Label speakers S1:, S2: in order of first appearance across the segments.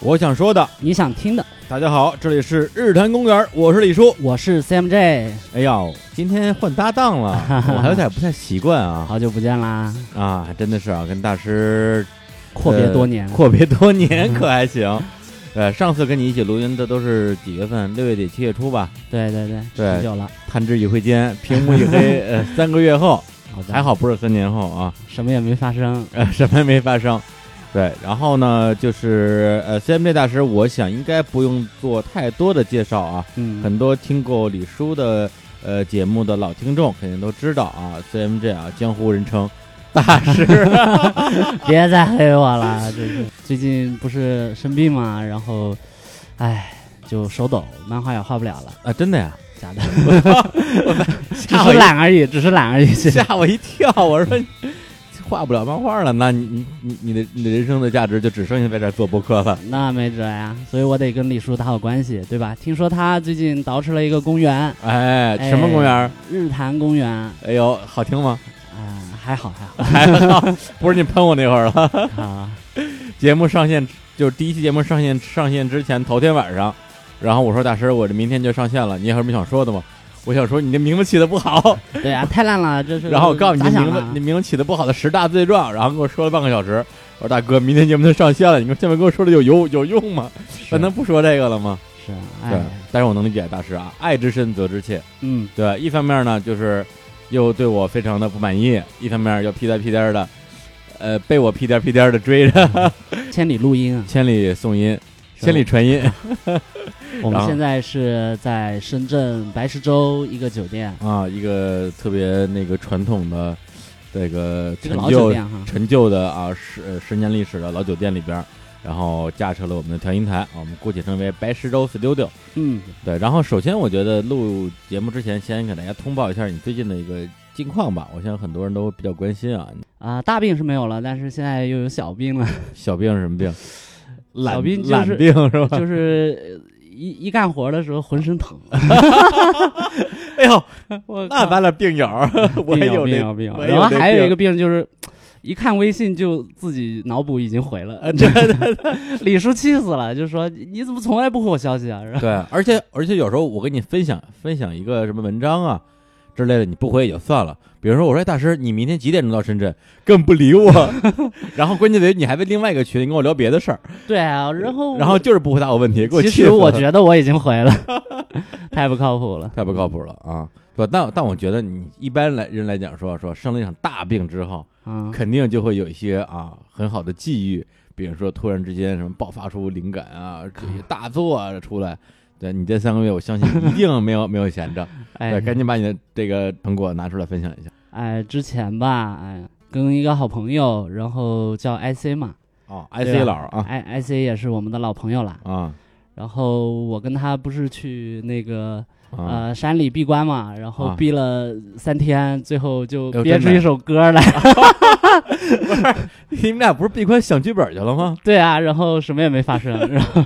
S1: 我想说的，
S2: 你想听的，
S1: 大家好，这里是日坛公园，我是李叔。
S2: 我是 CMJ，
S1: 哎呦，今天换搭档 了，我还有点不太习惯啊
S2: 好久不见啦，
S1: 啊，真的是啊，跟大师
S2: 阔别多年
S1: 呃，阔别多年可还 行。呃，上次跟你一起录音的都是几月份？六月底、七月初吧。
S2: 对对对，
S1: 对
S2: 很久了，
S1: 弹指一挥间，屏幕一 黑，呃，三个月后，
S2: 好的
S1: 还，好不是三年后 啊，
S2: 什么也没发生，
S1: 呃，什么也没发生。对，然后呢，就是呃，CMJ 大师，我想应该不用做太多的介绍啊，
S2: 嗯，
S1: 很多听过李叔的呃节目的老听众肯定都知道啊，CMJ 啊，江湖人称大师。
S2: 别再黑我 了，真是最近不是生病嘛，然后，唉，就手抖，漫画也画不了了，
S1: 啊，真的呀？
S2: 假的，只
S1: 吓我
S2: 是
S1: 一
S2: 懒而已，只是懒而已，
S1: 吓我一跳！我说你 画不了漫画了，那你你你你的你的人生的价值就只剩下在这儿做播客了。
S2: 那没辙呀，所以我得跟李叔打好关系，对吧？听说他最近捯饬了一个公园，
S1: 哎，什么公园儿？
S2: 日坛公园，啊、
S1: 哎呦，好听 吗？
S2: 还好还好
S1: 还好，不是你喷我那会儿了。
S2: 啊，
S1: 节目上线就是第一期节目上线上线之前头天晚上，然后我说大师，我这明天就上线了，你还有什么想说的吗？我想说你这名字起的不好，
S2: 对啊，太烂了，这是 啊
S1: 然后我告诉你
S2: 嗯咋
S1: 你
S2: 想
S1: 名字
S2: 的
S1: 你名字起的不好的十大罪状，然后跟我说了半个小时。我说大哥，明天节目就上线了，你跟现在跟我说的有有有用吗？
S2: 是
S1: 咱能不说这个了吗？
S2: 是啊，
S1: 对
S2: 哎，，
S1: 但是我能理解大师啊，爱之深责之切。
S2: 嗯，
S1: 对，一方面呢就是又对我非常的不满意，一方面又屁颠屁颠的，呃，被我屁颠屁颠的追着，
S2: 千里录音啊，
S1: 千里送音，
S2: 是
S1: 千里传音然
S2: 我们
S1: 后
S2: 现在是在深圳白石洲一个酒店，
S1: 啊，一个特别那个传统的这个
S2: 这个
S1: 陈
S2: 老酒
S1: 旧
S2: 店哈，
S1: 陈旧的啊十呃十年历史的老酒店里边儿，然后架设了我们的调音台，啊我们姑且称为白石洲 Studio。
S2: 嗯，
S1: 对，然后首先我觉得录节目之前，先给大家通报一下你最近的一个近况吧。我相信很多人都比较关心啊，
S2: 啊，大病是没有了，但是现在又有小病了，
S1: 小病是什么病？懒
S2: 小病就是
S1: 懒病是 吧？
S2: 就是呃一一干活的时候浑身 疼，
S1: 哎呦，
S2: 我
S1: 那
S2: 靠
S1: 完了，病友， 我也
S2: 病
S1: 有
S2: 有病
S1: 那
S2: 有病有，
S1: 我也
S2: 然后
S1: 有这
S2: 还有
S1: 病
S2: 一个病就是。一看微信就自己脑补已经回了，
S1: 真的
S2: 李叔气死了，就说你怎么从来不回我消息啊？ 然后
S1: 对，而且而且有时候我跟你分享分享一个什么文章啊之类的，你不回也就算了。比如说我说哎大师，你明天几点钟到深圳？更不理 我。然后关键得你还被另外一个群跟我聊别的事儿，
S2: 对啊，然后
S1: 然后就是不回答我问题，给我
S2: 其
S1: 气
S2: 实
S1: 死
S2: 我
S1: 了
S2: 觉得我已经回了， 太不靠 谱了。
S1: 太不靠谱了啊。对，但但我觉得你一般来人来讲说说生了一场大病之后，
S2: 嗯，
S1: 肯定就会有一些啊很好的际遇，比如说突然之间什么爆发出灵感啊，这些大作啊出来。对你这三个月，我相信一定没有没有闲着，
S2: 哎
S1: 对，，赶紧把你的这个成果拿出来分享一下。
S2: 哎，之前吧，哎，跟一个好朋友，然后叫 IC 嘛
S1: 哦
S2: 对
S1: ，IC
S2: 啊
S1: 老啊
S2: ，I IC 也是我们的老朋友啦。
S1: 啊
S2: 然后我跟他不是去那个、
S1: 啊！
S2: 呃山里闭关嘛，然后
S1: 啊
S2: 闭了三天，最后就
S1: 哎呦
S2: 憋
S1: 真
S2: 出
S1: 的
S2: 一首歌来。
S1: 你们俩不是闭关想剧本去了吗？
S2: 对啊，然后什么也没发生。然后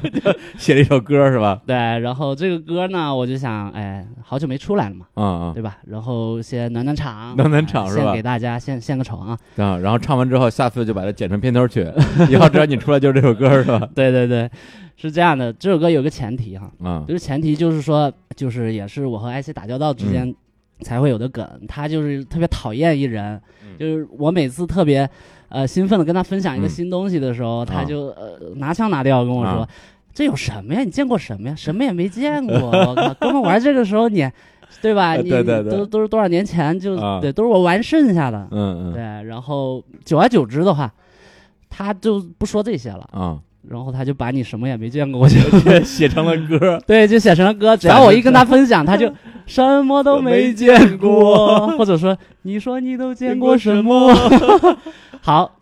S1: 写了一首歌是吧？
S2: 对，然后这个歌呢，我就想，哎，好久没出来了嘛，
S1: 啊啊
S2: 对吧？然后先暖暖场，
S1: 暖暖
S2: 哎
S1: 场是吧
S2: 献给大家献献个丑啊！
S1: 啊！然后唱完之后，下次就把它剪成片头曲，以后只要你出来就是这首歌是吧？
S2: 对对对，是这样的，这首歌有个前提哈，
S1: 啊
S2: 就是前提就是说，就是也是我和 IC 打交道之
S1: 嗯
S2: 间才会有的梗。他就是特别讨厌一人，
S1: 嗯
S2: 就是我每次特别呃兴奋的跟他分享一个
S1: 嗯
S2: 新东西的时候，
S1: 啊
S2: 他就呃拿腔拿调跟我说：“
S1: 啊
S2: 这有什么呀？你见过什么呀？什么也 没见过。我靠，哥们玩这个时候你，对吧？
S1: 呃
S2: 你
S1: 对对对
S2: 都都是多少年前就、
S1: 啊
S2: 对，都是我玩剩下的。
S1: 嗯嗯
S2: 对，然后久而久之的话，他就不说这些了。”
S1: 啊，
S2: 然后他就把你什么也没见过，我就
S1: 写成了歌。
S2: 对，就写成了歌。只要我一跟他分享，他 就什么都没见过，或者说你说你都见过什么？ 好，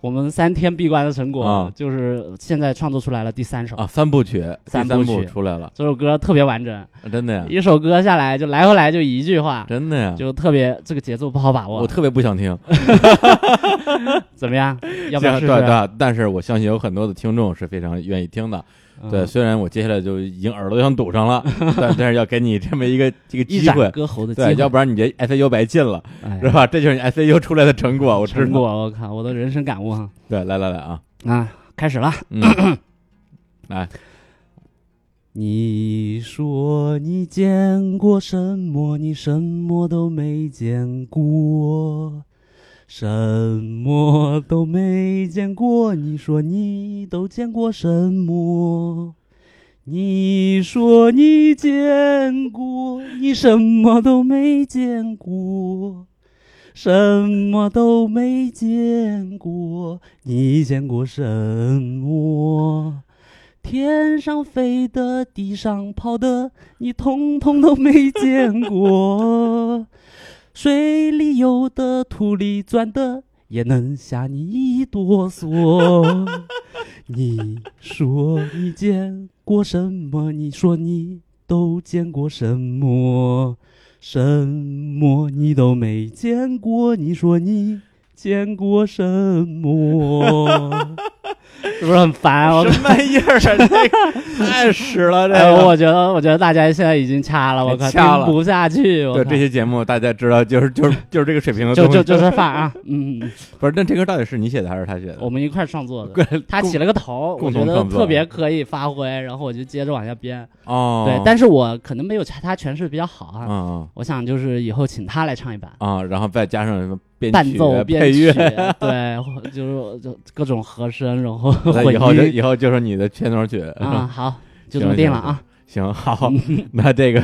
S2: 我们三天闭关的成果、
S1: 啊
S2: 就是现在创作出来了第三首。
S1: 啊，三部曲，第
S2: 三
S1: 三
S2: 部曲
S1: 出来了，
S2: 这首歌特别完整，
S1: 啊真的呀，
S2: 一首歌下来就来回来就一句话，
S1: 真的呀，
S2: 就特别这个节奏不好把
S1: 我
S2: 握。
S1: 特别不想听，
S2: 怎 么样？要不要
S1: 行
S2: 试啊
S1: 对
S2: 试？
S1: 对，但是我相信有很多的听众是非常愿意听的。
S2: 嗯
S1: 对，，虽然我接下来就已经耳朵想堵上 了，但但是要给你这么一个这个
S2: 一
S1: 机
S2: 展
S1: 会，
S2: 歌喉的机
S1: 对
S2: 会，，
S1: 要不然你这 ICU 白进了，
S2: 哎
S1: 是吧？这就是你 ICU 出来的成果，我知
S2: 成
S1: 道。
S2: 果，我靠，我的人生感悟哈。
S1: 对，来来来啊，
S2: 啊，开始了。
S1: 嗯，来，
S2: 你说你见过什么？你什么都没见过，什么都没见过。你说你都见过什么？你说你见过，你什么都没见过，什么都没见过。你见过什么？天上飞的，地上跑的，你通通都没见过。水里游的，土里钻的，也能吓你一哆嗦。 你说你见过什么？你说你都见过什么？什么你都没见过？你说你见过什么？ 是不是很烦？我
S1: 什么玩意儿啊？这个太屎了，这
S2: 哎，
S1: 个。
S2: 我觉得，我觉得大家现在已经掐了，我靠，
S1: 哎掐
S2: 听
S1: 了
S2: 不下去，我
S1: 对
S2: 靠
S1: 这些节目，大家知道，就是就是就是这个水平的
S2: 就
S1: 东西。
S2: 就 就这范儿啊，嗯，嗯
S1: 不是，那这歌到底是你写的还是他写的？
S2: 我们一块儿创 作的，
S1: 怪
S2: 他起了个头，我
S1: 共
S2: 觉
S1: 同
S2: 得
S1: 创作
S2: 特别可以发挥，然后我就接着往下编，
S1: 哦，
S2: 对，但是我可能没有他他诠释得比较好啊，
S1: 啊
S2: 我想就是以后请他来唱一版。
S1: 啊，然后再加上什么编
S2: 伴
S1: 曲啊
S2: 奏、编
S1: 配
S2: 曲
S1: 乐，，啊
S2: 对，或就是就各种和声，然后
S1: 那
S2: 混
S1: 以后嗯就
S2: 音
S1: 以后就是你的片头曲
S2: 啊，。好，就这么定了啊。
S1: 行， 好，那这个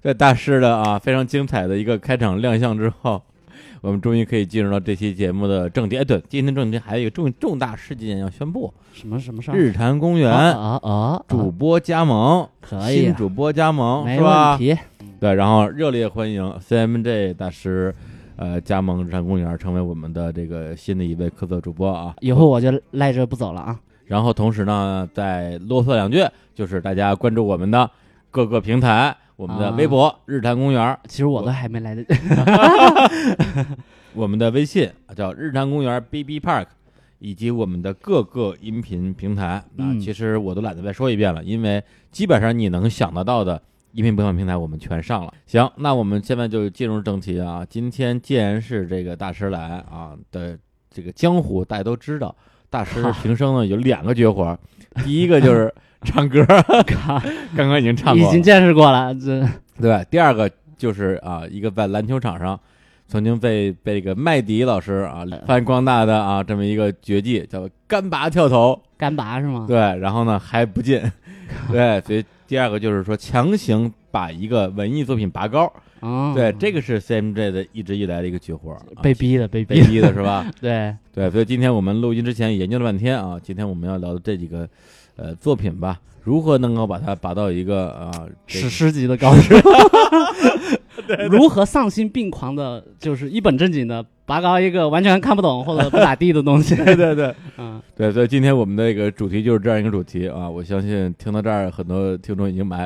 S1: 在大师的啊非常精彩的一个开场亮相之后，我们终于可以进入到这期节目的正题。哎，对，今天正题还有一个重重大事件要宣布：
S2: 什么什么事儿？
S1: 日坛公
S2: 啊
S1: 园
S2: 啊啊！
S1: 主播加盟，
S2: 可以啊
S1: 新，主播加盟
S2: 没
S1: 是
S2: 问
S1: 吧？
S2: 题。
S1: 对，然后热烈欢迎 CMJ 大师。呃，加盟日坛公园，成为我们的这个新的一位客座主播啊。
S2: 以后我就赖着不走了啊。
S1: 然后同时呢，再啰嗦两句，就是大家关注我们的各个平台，我们的
S2: 啊
S1: 微博、日坛公园，
S2: 其实我都还没来得，
S1: 我们的微信叫日坛公园 BB Park，以及我们的各个音频平台。啊
S2: 嗯，
S1: 其实我都懒得再说一遍了，因为基本上你能想得到的音频播放平台我们全上了。行，那我们现在就进入正题啊。今天既然是这个大师来啊的这个江湖，大家都知道，大师平生呢有两个绝活，第一个就是唱歌， 刚刚已经唱过
S2: 已
S1: 了，
S2: 经见识过了。这
S1: 对吧？第二个就是啊，一个在篮球场上曾经被被这个麦迪老师啊发扬光大的啊这么一个绝技，叫干拔跳投，
S2: 干拔是吗？
S1: 对，然后呢还不进，对，所以第二个就是说强行把一个文艺作品拔高，
S2: 啊，
S1: 对，这个是 CMJ 的一直以来的一个绝活儿，啊
S2: 被逼的，被逼
S1: 被
S2: 的。
S1: 逼的是吧？
S2: 对，
S1: 对，所以今天我们录音之前研究了半天啊，今天我们要聊的这几个呃作品吧，如何能够把它拔到一个啊这
S2: 史诗级的高 手，如何丧心病狂的，就是一本正经的拔高一个完全看不懂或者不咋地的东西。
S1: 对对对。
S2: 嗯，
S1: 对，所以今天我们的一个主题就是这样一个主题啊！我相信听到这儿，很多听众已经把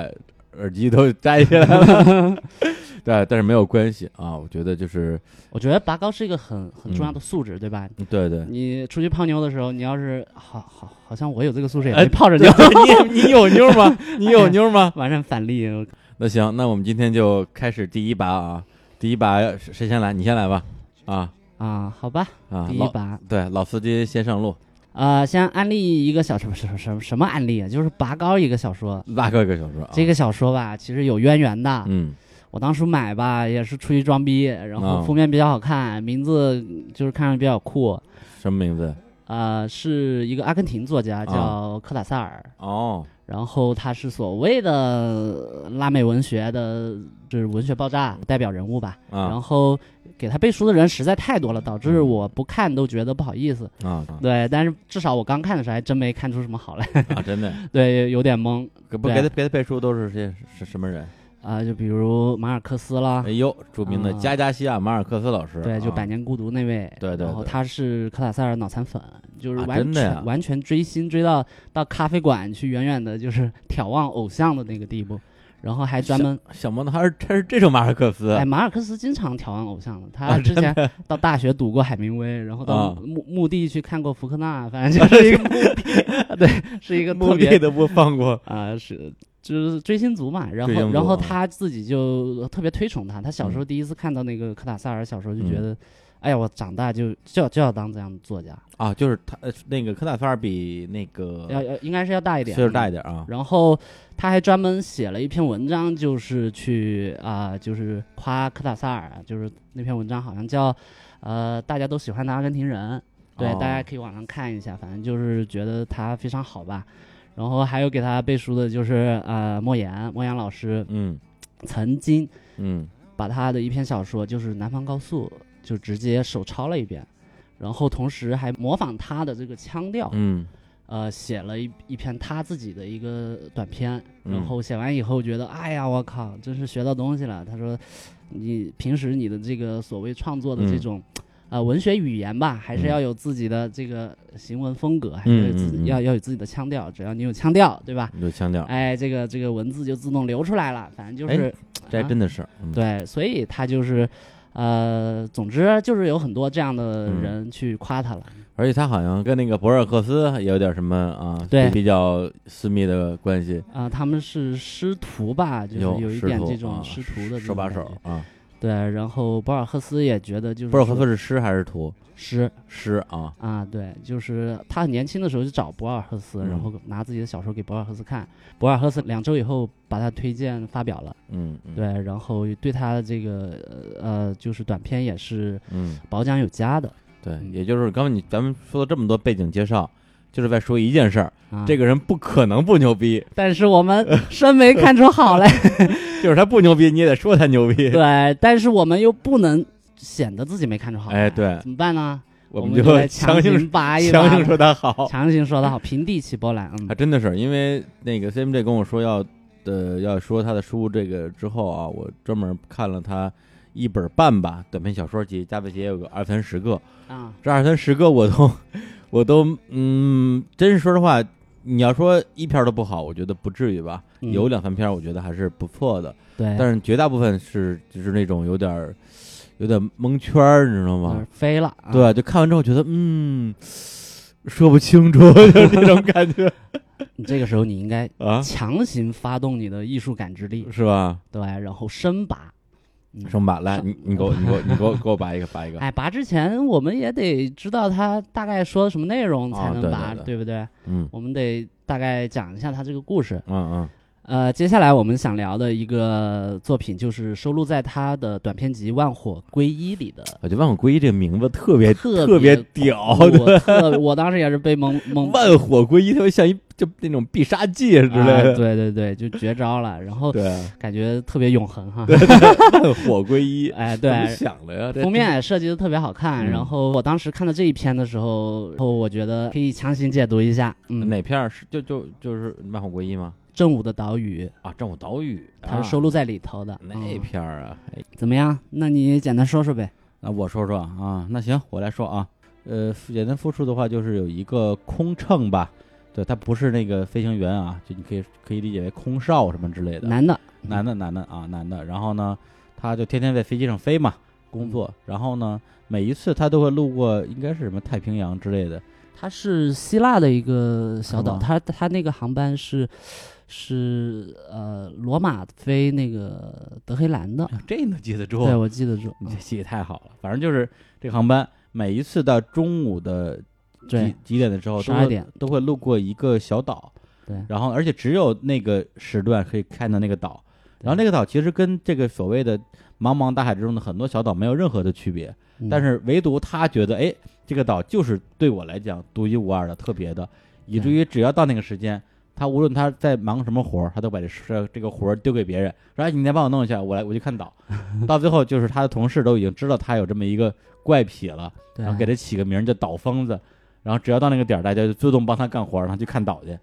S1: 耳机都摘下来了， 对，但是没有关系啊！我觉得就是，
S2: 我觉得拔高是一个很很重要的素质，对吧？
S1: 嗯对对，
S2: 你出去泡妞的时候，你要是好好好像我有这个素质也
S1: 哎
S2: 没泡着
S1: 对
S2: 妞，
S1: 对 你你有妞吗？你有妞吗？
S2: 完全反例。
S1: 哎那行，那我们今天就开始第一把啊！第一把谁谁先来？你先来吧！啊
S2: 啊，好吧，
S1: 啊，
S2: 第一
S1: 老
S2: 把
S1: 对老司机先上路，
S2: 呃，先安利一个小什么什么什么什么案例啊，就是拔高一个小说。
S1: 拉哥一个小说啊，
S2: 这个小说吧，其实有渊源的。
S1: 嗯
S2: 我当初买吧，也是出于装逼，然后
S1: 哦
S2: 封面比较好看，名字就是看上去比较酷。
S1: 什么名字？
S2: 呃，是一个阿根廷作
S1: 啊
S2: 家叫科塔萨尔，
S1: 哦，
S2: 然后他是所谓的拉美文学的，就是文学爆炸代表人物吧。
S1: 啊嗯
S2: 然后给他背书的人实在太多了，导致我不看都觉得不好意思。
S1: 啊
S2: 对，但是至少我刚看的时候还真没看出什么好来，
S1: 啊！真的，
S2: 对，有点懵。
S1: 不
S2: 对
S1: 给他别的背书都是些是什么人？
S2: 啊、就比如马尔克斯啦
S1: 哎，呦，著名的
S2: 啊
S1: 加加西亚马尔克斯老师，
S2: 对，就《
S1: 啊
S2: 百年孤独》那位，
S1: 对对
S2: 然后
S1: 对
S2: 他是科塔塞尔脑残粉，就是
S1: 啊
S2: 完
S1: 真的
S2: 全、
S1: 呀
S2: 完全追星追到到咖啡馆去，远远的就是 眺望偶像的那个地步，然后还专门。
S1: 想不到他是他是这种马尔克斯，
S2: 哎，马尔克斯经常眺望偶像的，他
S1: 啊
S2: 之前到大学读过海明威，然后到
S1: 啊
S2: 墓墓地去看过福克纳，反正就是 一个 对，是一个特
S1: 目
S2: 别
S1: 的都不放 过。
S2: 啊、是就是追星族嘛，然
S1: 追星
S2: 后
S1: 族
S2: 然后
S1: 啊嗯
S2: 他自己就特别推崇他，他小时候第一次看到那个科塔萨尔小时候就觉得。哎呀，我长大就就要就要当这样的作家，
S1: 啊，就是他呃那个科纳菲尔比那个
S2: 要要应该是要大一点，
S1: 岁数大一点啊，
S2: 然后他还专门写了一篇文章，就是去啊、就是夸科塔萨尔，啊就是那篇文章好像叫，呃，大家都喜欢的阿根廷人，对，
S1: 哦
S2: 大家可以网上看一下，反正就是觉得他非常好吧。然后还有给他背书的就是呃莫言，莫言老师
S1: 嗯
S2: 曾经
S1: 嗯，
S2: 把他的一篇小说就是《南方高速》就直接手抄了一遍，然后同时还模仿他的这个腔调，
S1: 嗯
S2: 呃，写了一一篇他自己的一个短篇，
S1: 嗯
S2: 然后写完以后觉得，哎呀，我靠，真是学到东西了。他说，你平时你的这个所谓创作的这
S1: 嗯
S2: 种，呃，文学语言吧，还是
S1: 嗯
S2: 要有自己的这个行文风格，还是要有自
S1: 嗯嗯嗯啊
S2: 要要有自己的腔调。只要你有腔调，对吧？
S1: 有腔调，
S2: 哎，这个这个文字就自动流出来了。反正就是，
S1: 哎这还
S2: 啊
S1: 真的是，嗯，
S2: 对，所以他就是。呃，总之就是有很多这样的
S1: 嗯
S2: 人去夸他了，
S1: 而且他好像跟那个博尔赫斯也有点什么啊，
S2: 对
S1: 比较私密的关系，
S2: 啊、他们是师徒吧，就是有一
S1: 师
S2: 点
S1: 徒
S2: 这种
S1: 啊
S2: 师徒的这
S1: 手
S2: 种
S1: 把
S2: 感
S1: 手
S2: 觉
S1: 啊，
S2: 对，然后博尔赫斯也觉得就是
S1: 博尔赫
S2: 说
S1: 斯是师还是徒？
S2: 师
S1: 师啊，
S2: 啊，对，就是他很年轻的时候就找博尔赫斯，
S1: 嗯
S2: 然后拿自己的小说给博尔赫斯看，博尔赫斯两周以后把他推荐发表了，
S1: 嗯，嗯
S2: 对，，然后对他的这个呃呃就是短篇也是
S1: 嗯，
S2: 褒奖有加的
S1: 对，
S2: 嗯
S1: 也就是刚才你咱们说了这么多背景介绍，就是在说一件事儿，
S2: 啊。
S1: 这
S2: 个，
S1: 个人不可能不牛逼，
S2: 但是我们 真没看出好来，
S1: 就是他不牛逼，你也得说他牛 逼。
S2: 对，但是我们又不能显得自己没看出好来，
S1: 哎对
S2: 怎么办呢？
S1: 我
S2: 们
S1: 们就
S2: 来
S1: 强
S2: 强
S1: 行
S2: 行拔一拔
S1: 强行说他好，
S2: 强行说的好，平地起波澜，嗯
S1: 还真的是因为那个 CMJ 跟我说要呃要说他的书这个之后啊，我专门看了他一本半吧短篇小说集，加在起也有个二三十个，
S2: 啊，
S1: 这二三十个我都我都嗯，真是说实话，你要说一篇都不好，我觉得不至于吧，
S2: 嗯
S1: 有两三篇我觉得还是不错的，
S2: 对，
S1: 但是绝大部分是就是那种有点儿有点蒙圈儿，你知道吗？
S2: 就是飞了，啊，
S1: 对，就看完之后觉得，嗯，说不清楚，就是这种感觉
S2: 你这个时候你应该
S1: 啊，
S2: 强行发动你的艺术感知力，
S1: 是吧？
S2: 对，然后深拔。嗯
S1: 生吧，来，
S2: 上
S1: 你你给我，你给我，你给我，给我拔一个，拔一个。
S2: 哎，拔之前我们也得知道他大概说什么内容才
S1: 哦
S2: 能
S1: 对对
S2: 拔，
S1: 对
S2: 不对？
S1: 嗯
S2: 我们得大概讲一下他这个故事。
S1: 嗯
S2: 呃，接下来我们想聊的一个作品就是收录在他的短篇集《万火归一》里的。
S1: 嗯，我觉得万火归一这个名字特别
S2: 特
S1: 别
S2: 别
S1: 屌，
S2: 我特我当时也是被蒙蒙
S1: 哦万火归一特别像一就那种必杀技之类
S2: 啊
S1: 的，
S2: 对对对，就绝招了，然后
S1: 对，
S2: 感觉特别永恒哈。
S1: 万火归一，
S2: 哎，
S1: 怎么
S2: 对，
S1: 想的呀？这
S2: 封面也设计的特别好看。
S1: 嗯
S2: 然后我当时看到这一篇的时候，然后我觉得可以强行解读一下。嗯，
S1: 哪片儿是就就就是万火归一吗？
S2: 正午的岛屿，
S1: 啊，正午岛屿，
S2: 它
S1: 啊
S2: 是收录在里头的。
S1: 哪
S2: 嗯
S1: 片儿啊？哎
S2: 怎么样？那你简单说说呗。
S1: 那我说说啊，那行，我来说啊，呃，简单复述的话就是有一个空乘吧，对，他不是那个飞行员啊，就你可以可以理解为空少什么之类的，
S2: 男的，
S1: 男的男的啊男的，然后呢，他就天天在飞机上飞嘛，工作，然后呢，每一次他都会路过应该是什么太平洋之类的，
S2: 他是希腊的一个小岛，
S1: 是吗
S2: 他他那个航班是是呃罗马飞那个德黑兰的。
S1: 啊这能记得住
S2: 对，我记得住。
S1: 你这记得太好了，反正就是这个航班每一次到中午的
S2: 对
S1: 几几点的时哦候，都
S2: 12
S1: 会
S2: 点
S1: 都会路过一个小岛，
S2: 对
S1: 然后而且只有那个时段可以看到那个岛，然后那
S2: 个，
S1: 个岛其实跟这个所谓的茫茫大海之中的很多小岛没有任何的区别，
S2: 嗯
S1: 但是唯独他觉得，哎，这个岛就是对我来讲独一无二的、特别的，以至于只要到那个时间。他无论他在忙什么活儿，他都把这事这个活儿丢给别人，说：“哎，你来帮我弄一下，我来我去看岛。”到最后，就是他的同事都已经知道他有这么一个怪癖了，
S2: 对
S1: 啊然后给他起个名儿叫岛疯子，然后只要到那个点儿，大家就自动帮他干活儿，然后去看岛 去。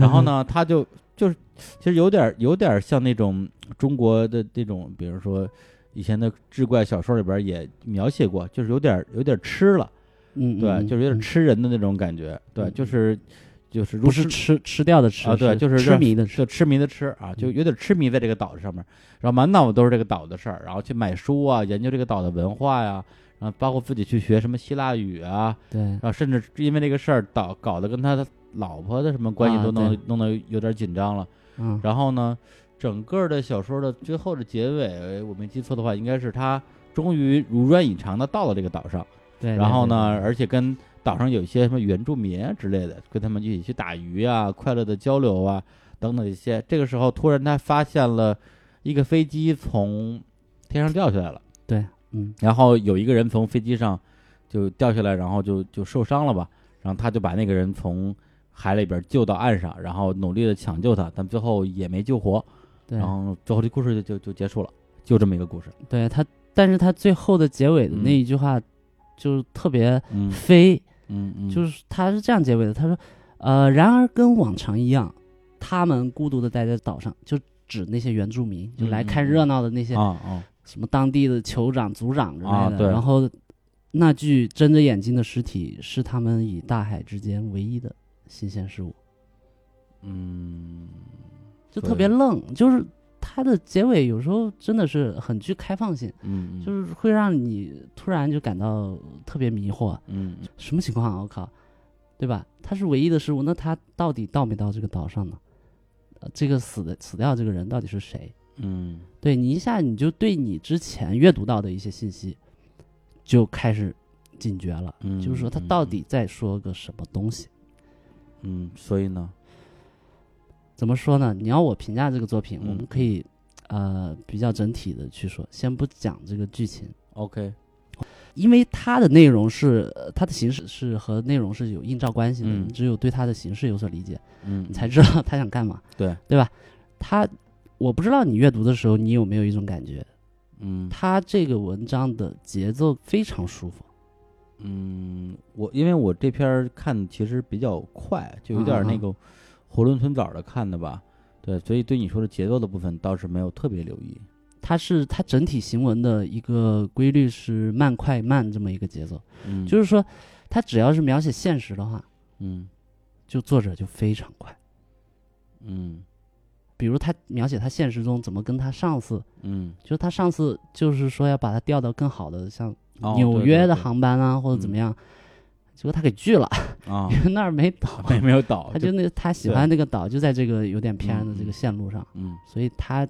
S1: 然后呢，他就就是其实有点儿有点儿像那种中国的那种，比如说以前的志怪小说里边儿也描写过，就是有点儿有点儿吃了，
S2: 嗯，
S1: 对，
S2: 嗯
S1: 就是有点
S2: 嗯
S1: 吃人的那种感觉，对，
S2: 嗯
S1: 就是就是如
S2: 不是
S1: 吃
S2: 吃吃掉的吃
S1: 啊对就是
S2: 痴嗯迷的
S1: 就
S2: 吃。
S1: 痴迷的吃啊，就有点痴迷在这个岛上面，然后满脑子都是这个岛的事儿，然后去买书啊，研究这个岛的文化呀、然后包括自己去学什么希腊语啊，
S2: 对，
S1: 啊，甚至因为这个事儿搞搞得跟他的老婆的什么关系
S2: 啊
S1: 都弄、
S2: 对
S1: 弄得有点紧张了。
S2: 嗯，
S1: 然后呢，整个的小说的最后的结尾，我没记错的话，应该是他终于如愿以偿的到了这个岛上。
S2: 对，
S1: 然后
S2: 哎对
S1: 呢，，而且跟岛上有一些什么原住民啊之类的，跟他们一起去打鱼啊，快乐的交流啊，等等一些。这个时候，突然他发现了一个飞机从天上掉下来了，
S2: 对嗯，
S1: 然后有一个人从飞机上就掉下来，然后就就受伤了吧，然后他就把那个人从海里边救到岸上，然后努力的抢救他，但最后也没救活，
S2: 对
S1: 然，后最后这故事就就就结束了，就这么一个故事。
S2: 对他，但是他最后的结尾的那一句话，就特别
S1: 嗯
S2: 飞，
S1: 嗯嗯，
S2: 就是他是这样结尾的，他说，呃，然而跟往常一样，他们孤独的待在岛上，就指那些原住民，就
S1: 嗯
S2: 来看热闹的那些
S1: 啊啊，
S2: 什么当地的酋长、族长之类的。
S1: 啊对
S2: 然后那具睁着眼睛的尸体是他们以大海之间唯一的新鲜事物，
S1: 嗯。
S2: 就
S1: 对
S2: 特别愣，就是它的结尾有时候真的是很具开放性，
S1: 嗯，嗯
S2: 就是会让你突然就感到特别迷惑，
S1: 嗯，嗯
S2: 什么情况啊？我靠，对吧？它是唯一的事物，那它到底到没到这个岛上呢？呃，这个死的死掉这个人到底是谁？
S1: 嗯
S2: 对你一下你就对你之前阅读到的一些信息就开始警觉了，
S1: 嗯
S2: 就是说他
S1: 嗯
S2: 到底在说个什么东西？
S1: 嗯，所以呢，
S2: 怎么说呢？你要我评价这个作品，
S1: 嗯
S2: 我们可以呃比较整体的去说，先不讲这个剧情，
S1: OK，
S2: 因为它的内容是呃它的形式是和内容是有映照关系的，
S1: 嗯
S2: 你只有对它的形式有所理解，
S1: 嗯，
S2: 你才知道他 想干嘛，
S1: 对，
S2: 对吧？他我不知道你阅读的时候，你有没有一种感觉，
S1: 嗯
S2: 他这个文章的节奏非常舒服。
S1: 嗯，我因为我这篇儿看其实比较快，就有点儿
S2: 嗯嗯
S1: 那
S2: 嗯
S1: 个囫囵吞枣的看的吧，对，所以对你说的节奏的部分倒是没有特别留意。
S2: 它是它整体行文的一个规律是慢快慢这么一个节奏，
S1: 嗯，
S2: 就是说，它只要是描写现实的话，
S1: 嗯
S2: 就作者就非常快。
S1: 嗯
S2: 比如他描写他现实中怎么跟他上司，
S1: 嗯，
S2: 就是他上司就是说要把他调到更好的像
S1: 哦
S2: 纽
S1: 对
S2: 约
S1: 对
S2: 的
S1: 对嗯
S2: 航班啊或者怎么样，结果他给拒了，
S1: 啊，
S2: 因为那儿没岛，
S1: 没没有倒，
S2: 他就那他喜
S1: 哦对
S2: 欢那个岛就在这个有点偏的这
S1: 嗯
S2: 个
S1: 嗯
S2: 线路上，
S1: 嗯
S2: 所以他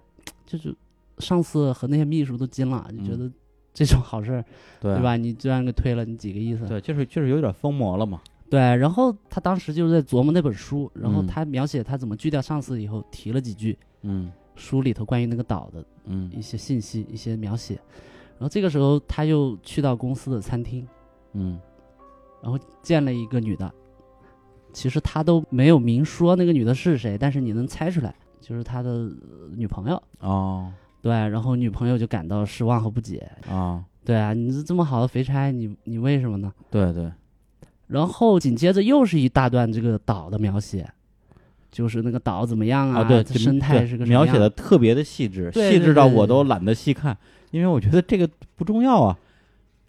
S2: 就是上司和那些秘书都惊了，就觉得这种好事儿
S1: 嗯对啊
S2: 对？吧？你这样给推了，你几个意思？
S1: 对，就是就是有点疯魔了嘛。
S2: 对然后他当时就是在琢磨那本书，然后
S1: 嗯
S2: 他描写他怎么拒掉上司以后，提了几句
S1: 嗯
S2: 书里头关于那个岛的一
S1: 嗯
S2: 些信息、一些描写。然后这个时候他又去到公司的餐厅，
S1: 嗯
S2: 见了一个女的，其实他都没有明说那个女的是谁，但是你能猜出来，就是他的呃女朋友。
S1: 哦
S2: 对，然后女朋友就感到失望和不解。
S1: 啊，
S2: 对啊，你这这么好的肥差，你你为什么呢？
S1: 对对，
S2: 然后紧接着又是一大段这个岛的描写，就是那个岛怎么样
S1: 啊，对，
S2: 它
S1: 就
S2: 生态
S1: 对
S2: 是个什么
S1: 描
S2: 样
S1: 写的特别的细致，
S2: 对
S1: 细
S2: 对
S1: 致到
S2: 对
S1: 我
S2: 对
S1: 都懒得细看，因为我觉得这个不重要啊。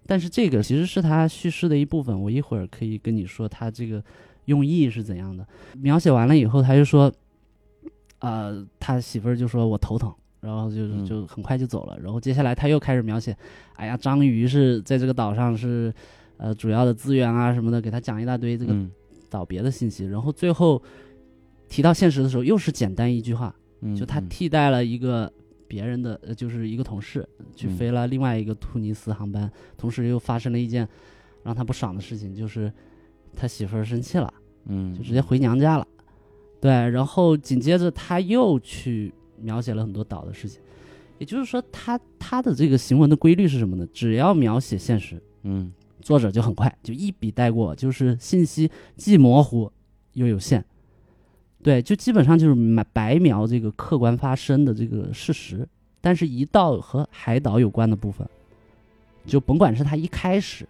S2: 但是这个其实是它叙事的一部分，我一会儿可以跟你说它这个用意是怎样的。描写完了以后，他就说，呃，他媳妇儿就说我头疼，然后就
S1: 嗯
S2: 就很快就走了。然后接下来他又开始描写，哎呀，章鱼是在这个岛上是。呃，主要的资源啊什么的，给他讲一大堆这个
S1: 嗯
S2: 岛别的信息，然后最后提到现实的时候，又是简单一句话，
S1: 嗯，
S2: 就他
S1: 嗯
S2: 替代了一个别人的，呃，就是一个同事去
S1: 嗯
S2: 飞了另外一个突尼斯航班，同时又发生了一件让他不爽的事情，就是他媳妇儿生气了，
S1: 嗯，
S2: 就直接回娘家了。对，然后紧接着他又去描写了很多岛的事情，也就是说他，他的这个行文的规律是什么呢？只要描写现实，
S1: 嗯
S2: 作者就很快就一笔带过，就是信息既模糊又有限。对，就基本上就是买白描这个客观发生的这个事实，但是，一到和海岛有关的部分，就甭管是他一开始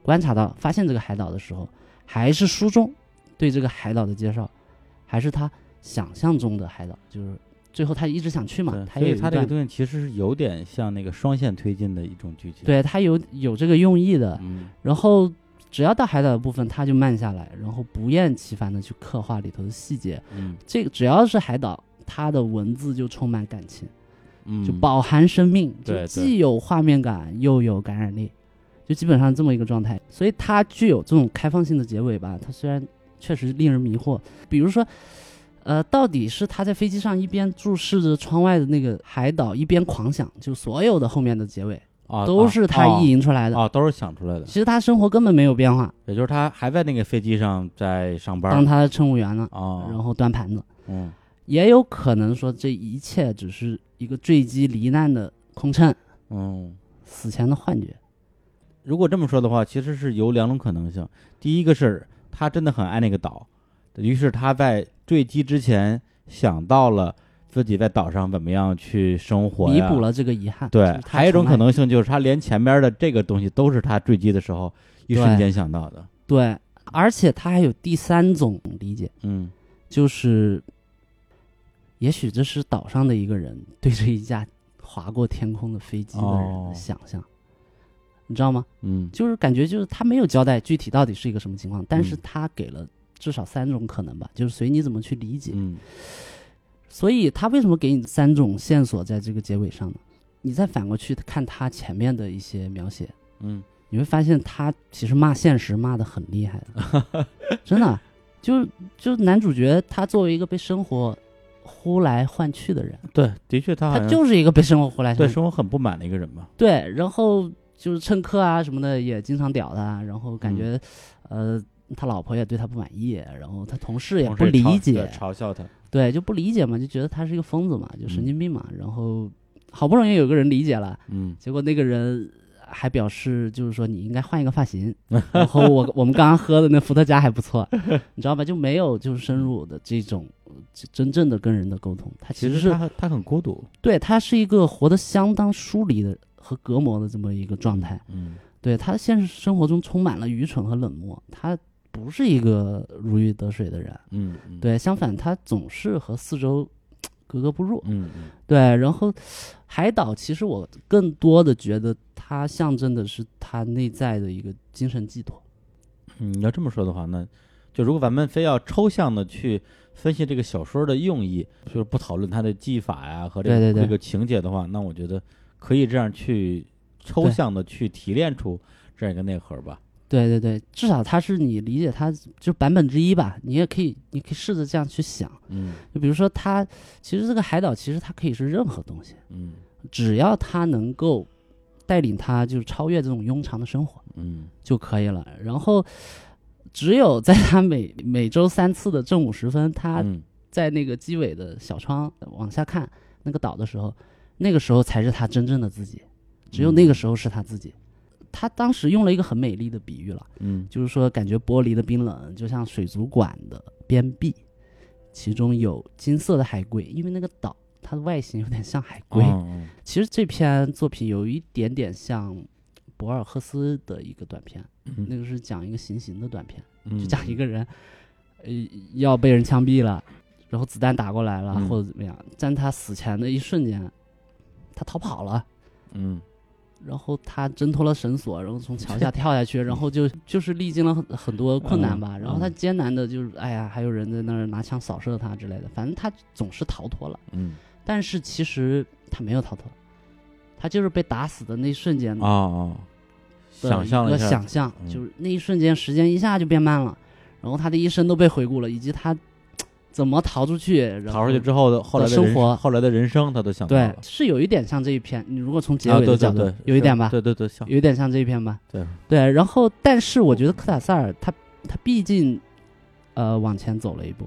S2: 观察到、发现这个海岛的时候，还是书中对这个海岛的介绍，还是他想象中的海岛，就是最后他一直想去嘛
S1: 对，
S2: 他
S1: 所
S2: 也
S1: 以
S2: 有一
S1: 他这个
S2: 段
S1: 东西其实是有点像那个双线推进的一种剧情。，
S2: 对他有有这个用意的，
S1: 嗯
S2: 然后只要到海岛的部分，他就慢下来，然后不厌其烦的去刻画里头的细节。
S1: 嗯
S2: 这个只要是海岛，它的文字就充满感情，
S1: 嗯，
S2: 就饱含生命，
S1: 对
S2: 就既有画面感又有感染力，就基本上这么一个状态。所以它具有这种开放性的结尾吧，它虽然确实令人迷惑，比如说。呃，到底是他在飞机上一边注视着窗外的那个海岛，一边狂想，就所有的后面的结尾
S1: 啊，
S2: 都是他意淫出来的。
S1: 啊，都是想出来的
S2: 其，实他生活根本没有变化，
S1: 也就是他还在那个飞机上在上班
S2: 当他的乘务员了，
S1: 啊，
S2: 然后端盘子，
S1: 嗯
S2: 也有可能说这一切只是一个坠机罹难的空乘，
S1: 嗯。
S2: 死前的幻觉。
S1: 如果这么说的话，其实是有两种可能性。第一个是他真的很爱那个岛，于是他在坠机之前想到了自己在岛上怎么样去生活
S2: 弥
S1: 呀
S2: 补。了这个遗憾。
S1: 对
S2: 就是，他
S1: 还有一种
S2: 从
S1: 可，
S2: 来
S1: 能性就是他连前面的这个东西都是他坠机的时候一瞬间想到的。
S2: 对，而且他还有第三种理解，
S1: 嗯
S2: 就是，也许这是岛上的一个人对着一架划过天空的飞机的人
S1: 哦
S2: 的想象，你知道吗？
S1: 嗯
S2: 就是感觉就是他没有交代具体到底是一个什么情况，但是
S1: 嗯
S2: 他给了至少三种可能吧，就是随你怎么去理解。
S1: 嗯
S2: 所以他为什么给你三种线索在这个结尾上呢？你再反过去看他前面的一些描写，
S1: 嗯
S2: 你会发现他其实骂现实骂的很厉害的 真的，就是就是男主角他作为一个被生活呼来唤去的人，
S1: 对，的确他好
S2: 他
S1: 像
S2: 就是一个被生活呼来
S1: 啊嗯对
S2: 唤去，
S1: 生活很不满的一个人吧。
S2: 对，然后就是乘客啊什么的也经常屌他，然后感觉、呃他老婆也对他不满意，然后他同事也
S1: 嗯同
S2: 不
S1: 时
S2: 理
S1: 嘲
S2: 解，
S1: 对嘲笑他。
S2: 对，就不理解嘛，就觉得他是一个疯子嘛，就神经病嘛，然后好不容易有个人理解了。
S1: 嗯
S2: 结果那个人还表示，就是说你应该换一个发 型。然后我我们刚刚喝的那伏特加还不 错，你知道吧？就没有就是深入的这种呃这真正的跟人的沟通。他其实是
S1: 他他很孤独。
S2: 对他是一个活得相当疏离的和隔膜的这么一个状态。
S1: 嗯
S2: 对他现实生活中充满了愚蠢和冷漠，他不是一个如鱼得水的人。
S1: 嗯嗯
S2: 对，相反他总是和四周格格不入。
S1: 嗯嗯
S2: 对，然后海岛其实我更多的觉得它象征的是他内在的一个精神寄托。
S1: 嗯，你要这么说的话，那就如果咱们非要抽象的去分析这个小说的用意，就是不讨论它的技法呀、和这个
S2: 对对对
S1: 这个情节的话，那我觉得可以这样去抽
S2: 对
S1: 象的去提炼出这样一个内核吧。
S2: 对对对，至少它是你理解它就版本之一吧。你也可以，你可以试着这样去想。
S1: 嗯
S2: 就比如说它，其实这个海岛其实它可以是任何东西，
S1: 嗯
S2: 只要它能够带领它就是超越这种庸常的生活
S1: 嗯
S2: 就可以了。然后，只有在它每每周三次的正午时分，它
S1: 嗯
S2: 在那个机尾的小窗往下看那个岛的时候，那个时候才是他真正的自己，只有那个时候是他自己。他当时用了一个很美丽的比喻了，
S1: 嗯
S2: 就是说感觉玻璃的冰冷就像水族馆的边壁，其中有金色的海龟，因为那个岛它的外形有点像海龟。
S1: 嗯
S2: 其实这篇作品有一点点像博尔赫斯的一个短片，
S1: 嗯
S2: 那个是讲一个行刑的短片。
S1: 嗯
S2: 就讲一个人，呃，要被人枪毙了，然后子弹打过来了，
S1: 嗯
S2: 或者怎么样，但他死前的一瞬间，他逃跑了，
S1: 嗯
S2: 然后他挣脱了绳索，然后从桥 下跳下去，然后就就是历经了很很多困难吧，
S1: 嗯
S2: 然后他艰难的就是，哎呀，还有人在那儿拿枪扫射他之类的，反正他总是逃脱了，
S1: 嗯
S2: 但是其实他没有逃脱，他就是被打死的那一瞬间
S1: 啊啊，
S2: 的
S1: 想象
S2: 一
S1: 了一
S2: 个
S1: 下，
S2: 想象，
S1: 嗯
S2: 就是那一瞬间，时间一下就变慢了，然后他的一生都被回顾了，以及他嘖怎么逃出去，然
S1: 逃
S2: 后
S1: 出去之后的后来的
S2: 生
S1: 人
S2: 活
S1: 后来的人生，他都想到
S2: 对
S1: 了，。
S2: 是有一点像这一篇。你如果从结
S1: 啊
S2: 尾
S1: 对
S2: 的
S1: 对
S2: 角度，
S1: 对，
S2: 有一
S1: 是
S2: 点吧，
S1: 对对对，像
S2: 有一点像这一篇吧。
S1: 对
S2: 对，然后但是我觉得科塔塞尔他他毕竟呃往前走了一步，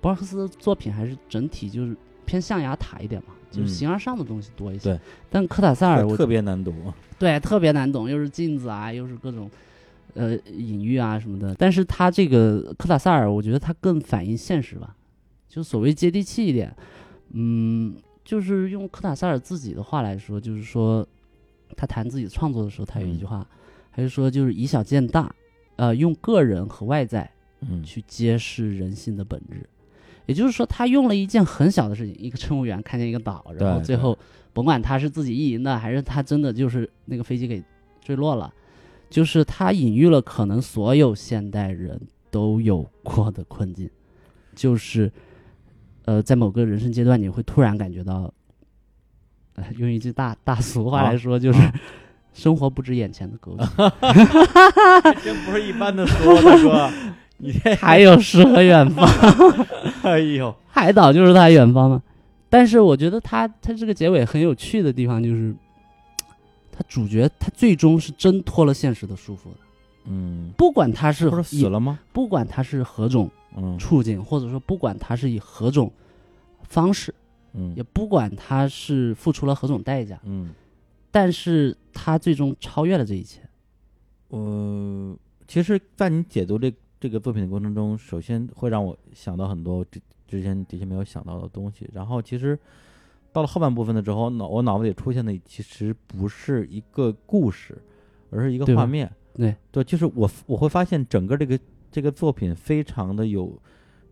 S2: 博尔赫斯的作品还是整体就是偏象牙塔一点嘛，就
S1: 嗯
S2: 是形而上的东西多一些。
S1: 对
S2: 但科塔塞尔我
S1: 特别难读。啊
S2: 对，特别难懂，又是镜子啊，又是各种呃隐喻啊什么的。但是他这个科塔萨尔，我觉得他更反映现实吧，就所谓接地气一点。嗯，就是用科塔萨尔自己的话来说，就是说他谈自己创作的时候，他有一句话，他就说就是以小见大，呃，用个人和外在
S1: 嗯
S2: 去揭示人性的本质。也就是说，他用了一件很小的事情，一个乘务员看见一个岛，然后
S1: 对
S2: 最
S1: 对
S2: 后甭管他是自己意淫的，还是他真的就是那个飞机给坠落了，就是他隐喻了可能所有现代人都有过的困境，就是呃，在某个人生阶段，你会突然感觉到，呃，用一句大大俗话来
S1: 啊
S2: 说， 就是、生活不止眼前的苟且，
S1: 真不是一般的说，大 哥，你这
S2: 还有诗和远方。
S1: 哎呦，
S2: 海岛就是它远方嘛。但是我觉得它它这个结尾很有趣的地方就是，它他主角他最终是挣脱了现实的束缚的。
S3: 嗯，
S2: 不管他是
S3: 不是
S2: 以
S3: 死，了吗？
S2: 不管他是何种
S3: 嗯
S2: 处境，或者说不管他是以何种方式，
S3: 嗯
S2: 也不管他是付出了何种代价，
S3: 嗯，
S2: 但是他最终超越了这一切。
S3: 呃，其实，在你解读这这个作品的过程中，首先会让我想到很多之之前的确没有想到的东西。然后，其实到了后半部分的时候，脑我脑子里出现的其实不是一个故事，而是一个
S2: 对吧
S3: 画面。
S2: 对
S3: 对，就是我我会发现整个这个这个作品非常的有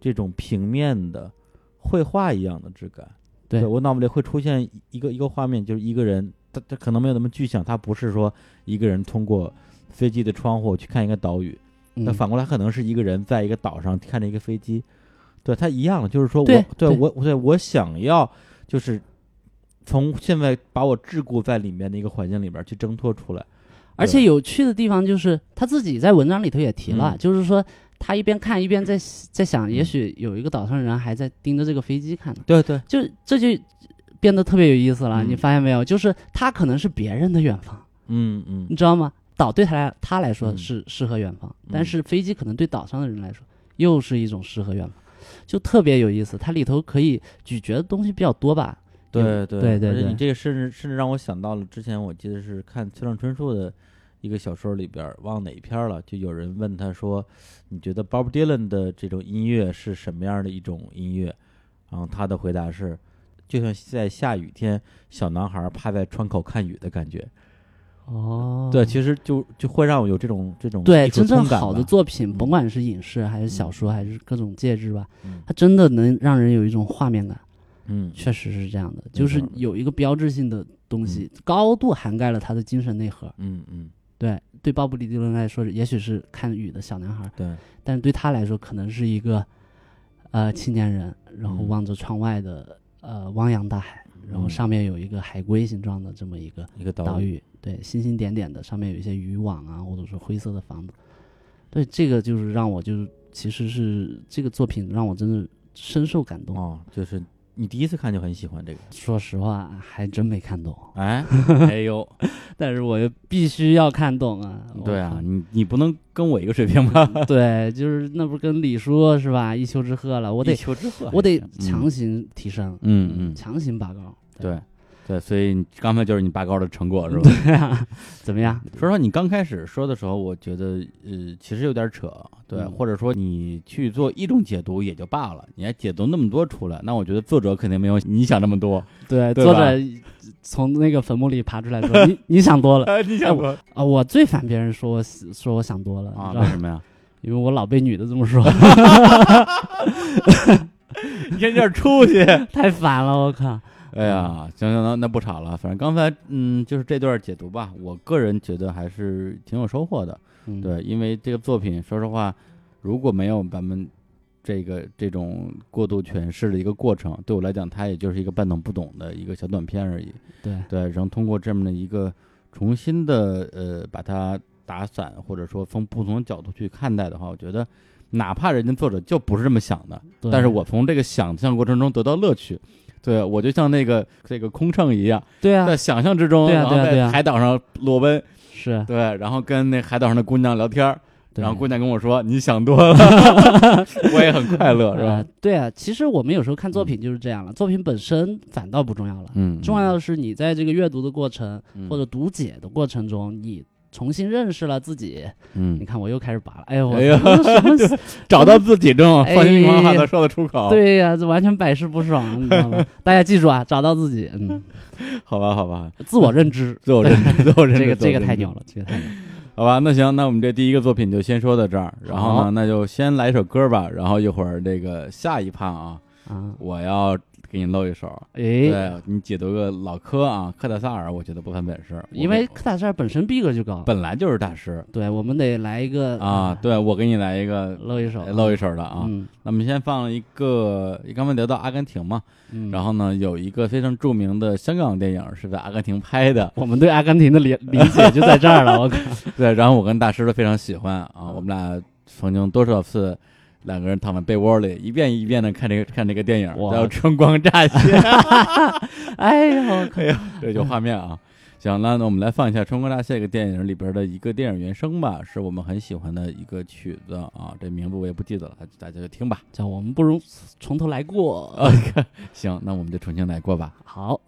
S3: 这种平面的绘画一样的质感。
S2: 对
S3: 我脑子里会出现一一个一个画面，就是一个人，他他可能没有那么具象，他不是说一个人通过飞机的窗户去看一个岛屿，那、
S2: 嗯，
S3: 反过来可能是一个人在一个岛上看着一个飞机，对他一样的，就是说我
S2: 对对
S3: 我对我想要就是从现在把我桎梏在里面的一个环境里边去挣脱出来，
S2: 而且有趣的地方就是他自己在文章里头也提了，
S3: 嗯
S2: 就是说他一边看一边在在想，
S3: 嗯
S2: 也许有一个岛上人还在盯着这个飞机看呢，
S3: 对对
S2: 就这就变得特别有意思了。
S3: 嗯
S2: 你发现没有？就是他可能是别人的远方，
S3: 嗯嗯
S2: 你知道吗？岛对他来他来说
S3: 嗯
S2: 是适合远方，
S3: 嗯
S2: 但是飞机可能对岛上的人来说又是一种适合远方，就特别有意思。它里头可以咀嚼的东西比较多吧？
S3: 对
S2: 嗯对对
S3: 而且
S2: 对
S3: 你这个甚至甚至让我想到了之前我记得是看村上春树的一个小说里边儿，忘哪一篇儿了，就有人问他说，你觉得 Bob Dylan 的这种音乐是什么样的一种音乐？然后他的回答是，就像在下雨天，小男孩趴在窗口看雨的感觉。
S2: 哦
S3: 对，其实就就会让我有这种这种
S2: 对，
S3: 艺术
S2: 真正
S3: 通感
S2: 好的
S3: 吧
S2: 作品，
S3: 嗯
S2: 甭管是影视还是小说，还是各种介质吧，
S3: 嗯
S2: 它真的能让人有一种画面感，
S3: 嗯
S2: 确实是这样的，就是
S3: 没错
S2: 有一个标志性的东西，高度涵盖了他的精神内 核。
S3: 嗯嗯，
S2: 对，对鲍勃·迪伦来说，也许是看雨的小男孩，
S3: 对，
S2: 但是对他来说，可能是一个呃青年人，然后
S3: 嗯
S2: 望着窗外的呃汪洋大海，然后
S3: 嗯
S2: 上面有一个海龟形状的这么一个
S3: 一个岛
S2: 岛
S3: 屿，
S2: 屿，对，星星点点的，上面有一些渔网啊，或者说灰色的房子。对，这个就是让我就是，其实是这个作品让我真的深受感动。
S3: 哦，就是你第一次看就很喜欢这个，
S2: 说实话，还真没看懂，
S3: 哎哎呦。
S2: 但是我又必须要看懂啊。我
S3: 对啊，你你不能跟我一个水平吧？
S2: 靠，对，就是那不是跟李叔是吧？一丘之貉了，我
S3: 我
S2: 得
S3: 求之贺
S2: 我得
S3: 嗯
S2: 强行提升，
S1: 嗯嗯
S2: 强行拔高。
S1: 对对，所以你刚才就是你拔高的成果是吧？
S2: 对啊，怎么样？
S1: 说实话，你刚开始说的时候，我觉得呃，其实有点扯，对，
S2: 嗯
S1: 或者说你去做一种解读也就罢了，你还解读那么多出来，那我觉得作者肯定没有你想那么 多。
S2: 对，
S1: 对
S2: 作
S1: 吧
S2: 者从那个坟墓里爬出来说：“你你想多了。”
S1: 哎，你
S2: 想
S1: 多
S2: 啊，我最烦别人说我说我想多了，
S1: 啊？
S2: 你知
S1: 为
S2: 道吗？
S1: 什么 呀？
S2: 因为我老被女的这么 说，
S1: 你看这出息。
S2: 太烦了，我靠！
S1: 哎呀，行行，那那不吵了，反正刚才嗯，就是这段解读吧，我个人觉得还是挺有收获的。
S2: 嗯，
S1: 对，因为这个作品，说实话，如果没有咱们这个这种过度诠释的一个过程，对我来讲，它也就是一个半懂不懂的一个小短片而已。
S2: 对
S1: 对，然后通过这么的一个重新的呃，把它打散，或者说从不同的角度去看待的话，我觉得，哪怕人家作者就不是这么想的，
S2: 对
S1: 但是我从这个想象过程中得到乐趣。对，我就像那个这个空乘一样，
S2: 对啊
S1: 在，想象之中，
S2: 对啊
S1: 然后
S2: 对啊对
S1: 在
S2: 啊
S1: 海岛上裸奔，
S2: 是，
S1: 对，然后跟那海岛上的姑娘聊天儿，
S2: 对啊
S1: 然后姑娘跟我说：“你想多了。” 我也很快乐，是
S2: 呃
S1: 吧？，
S2: 对啊。其实我们有时候看作品就是这样了，作品本身反倒不重要了，
S1: 嗯
S2: 重要的是你在这个阅读的过程
S1: 嗯
S2: 或者读解的过程中，你重新认识了自己。你
S1: 嗯，
S2: 看，我又开始拔了，哎呦，我
S1: 哎呀
S2: 这什么？
S1: 找到自己这种
S2: 哎
S1: 放心狂话的说得出口。，
S2: 对呀，这完全百试不爽，你知 道吗？大家记住啊，找到自己，嗯，
S1: 好吧，好吧，
S2: 自我认知，
S1: 自我认 知， 自我认知，
S2: 这个
S1: 自我
S2: 这个
S1: 认
S2: 太
S1: 知
S2: 牛了，这个太牛了。
S1: 好吧，那行，那我们这第一个作品就先说到这儿，然后呢
S2: 好，
S1: 那就先来一首歌吧，然后一会儿这个下一趴啊，
S2: 啊，
S1: 我要给你露一手，
S2: 哎，
S1: 对你解读个老科啊，科特萨尔，我觉得不凡本事，
S2: 因为科塔塞尔本身逼格就高，
S1: 本来就是大师
S2: 对，我们得来一个
S1: 啊，，对我给你来一个
S2: 露一手，
S1: 露一手的啊。
S2: 呃嗯
S1: 那我们先放了一个，刚才聊到阿根廷嘛，
S2: 嗯，
S1: 然
S2: 后，
S1: 后呢，有一个非常著名的香港电影是在阿根廷拍的
S2: 我们对阿根廷的理理解就在这儿了，我靠，
S1: 对，然后我跟大师都非常喜欢
S2: 嗯
S1: 啊，我们俩曾经多少次。两个人躺在被窝里，一遍一遍的看这个看这个电影，
S2: 哇
S1: 叫《春光乍泄》，
S2: 哎呦，我靠，
S1: 这有画面啊。行，行了，那我们来放一下《春光乍泄》这个电影里边的一个电影原声吧，是我们很喜欢的一个曲子啊，这名字我也不记得了，大家就听吧。
S2: 叫我们不如从头来过。
S1: 哦行，那我们就重新来过吧。
S2: 好，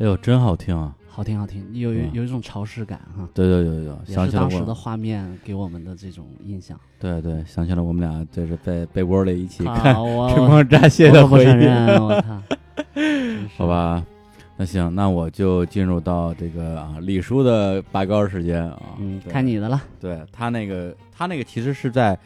S1: 哎呦，真好听啊！
S2: 好听好听，有有
S1: 嗯
S2: 有一种潮湿感哈，
S1: 对对对对，
S2: 也
S1: 想
S2: 是
S1: 起了
S2: 当时的
S1: 我，
S2: 画面给我们的这种印象。
S1: 对对，想起了我们俩就是在被窝里一起看
S2: 好，
S1: 《
S2: 我
S1: 春光乍泄
S2: 我》
S1: 的
S2: 不
S1: 回
S2: 承
S1: 忆。
S2: 认，我 操！真是
S1: 好，吧，那行，那我就进入到这个啊李叔的拔高时间啊。
S2: 嗯，
S1: 对
S2: 看你的了。
S1: 对他那个，他那个其实是在，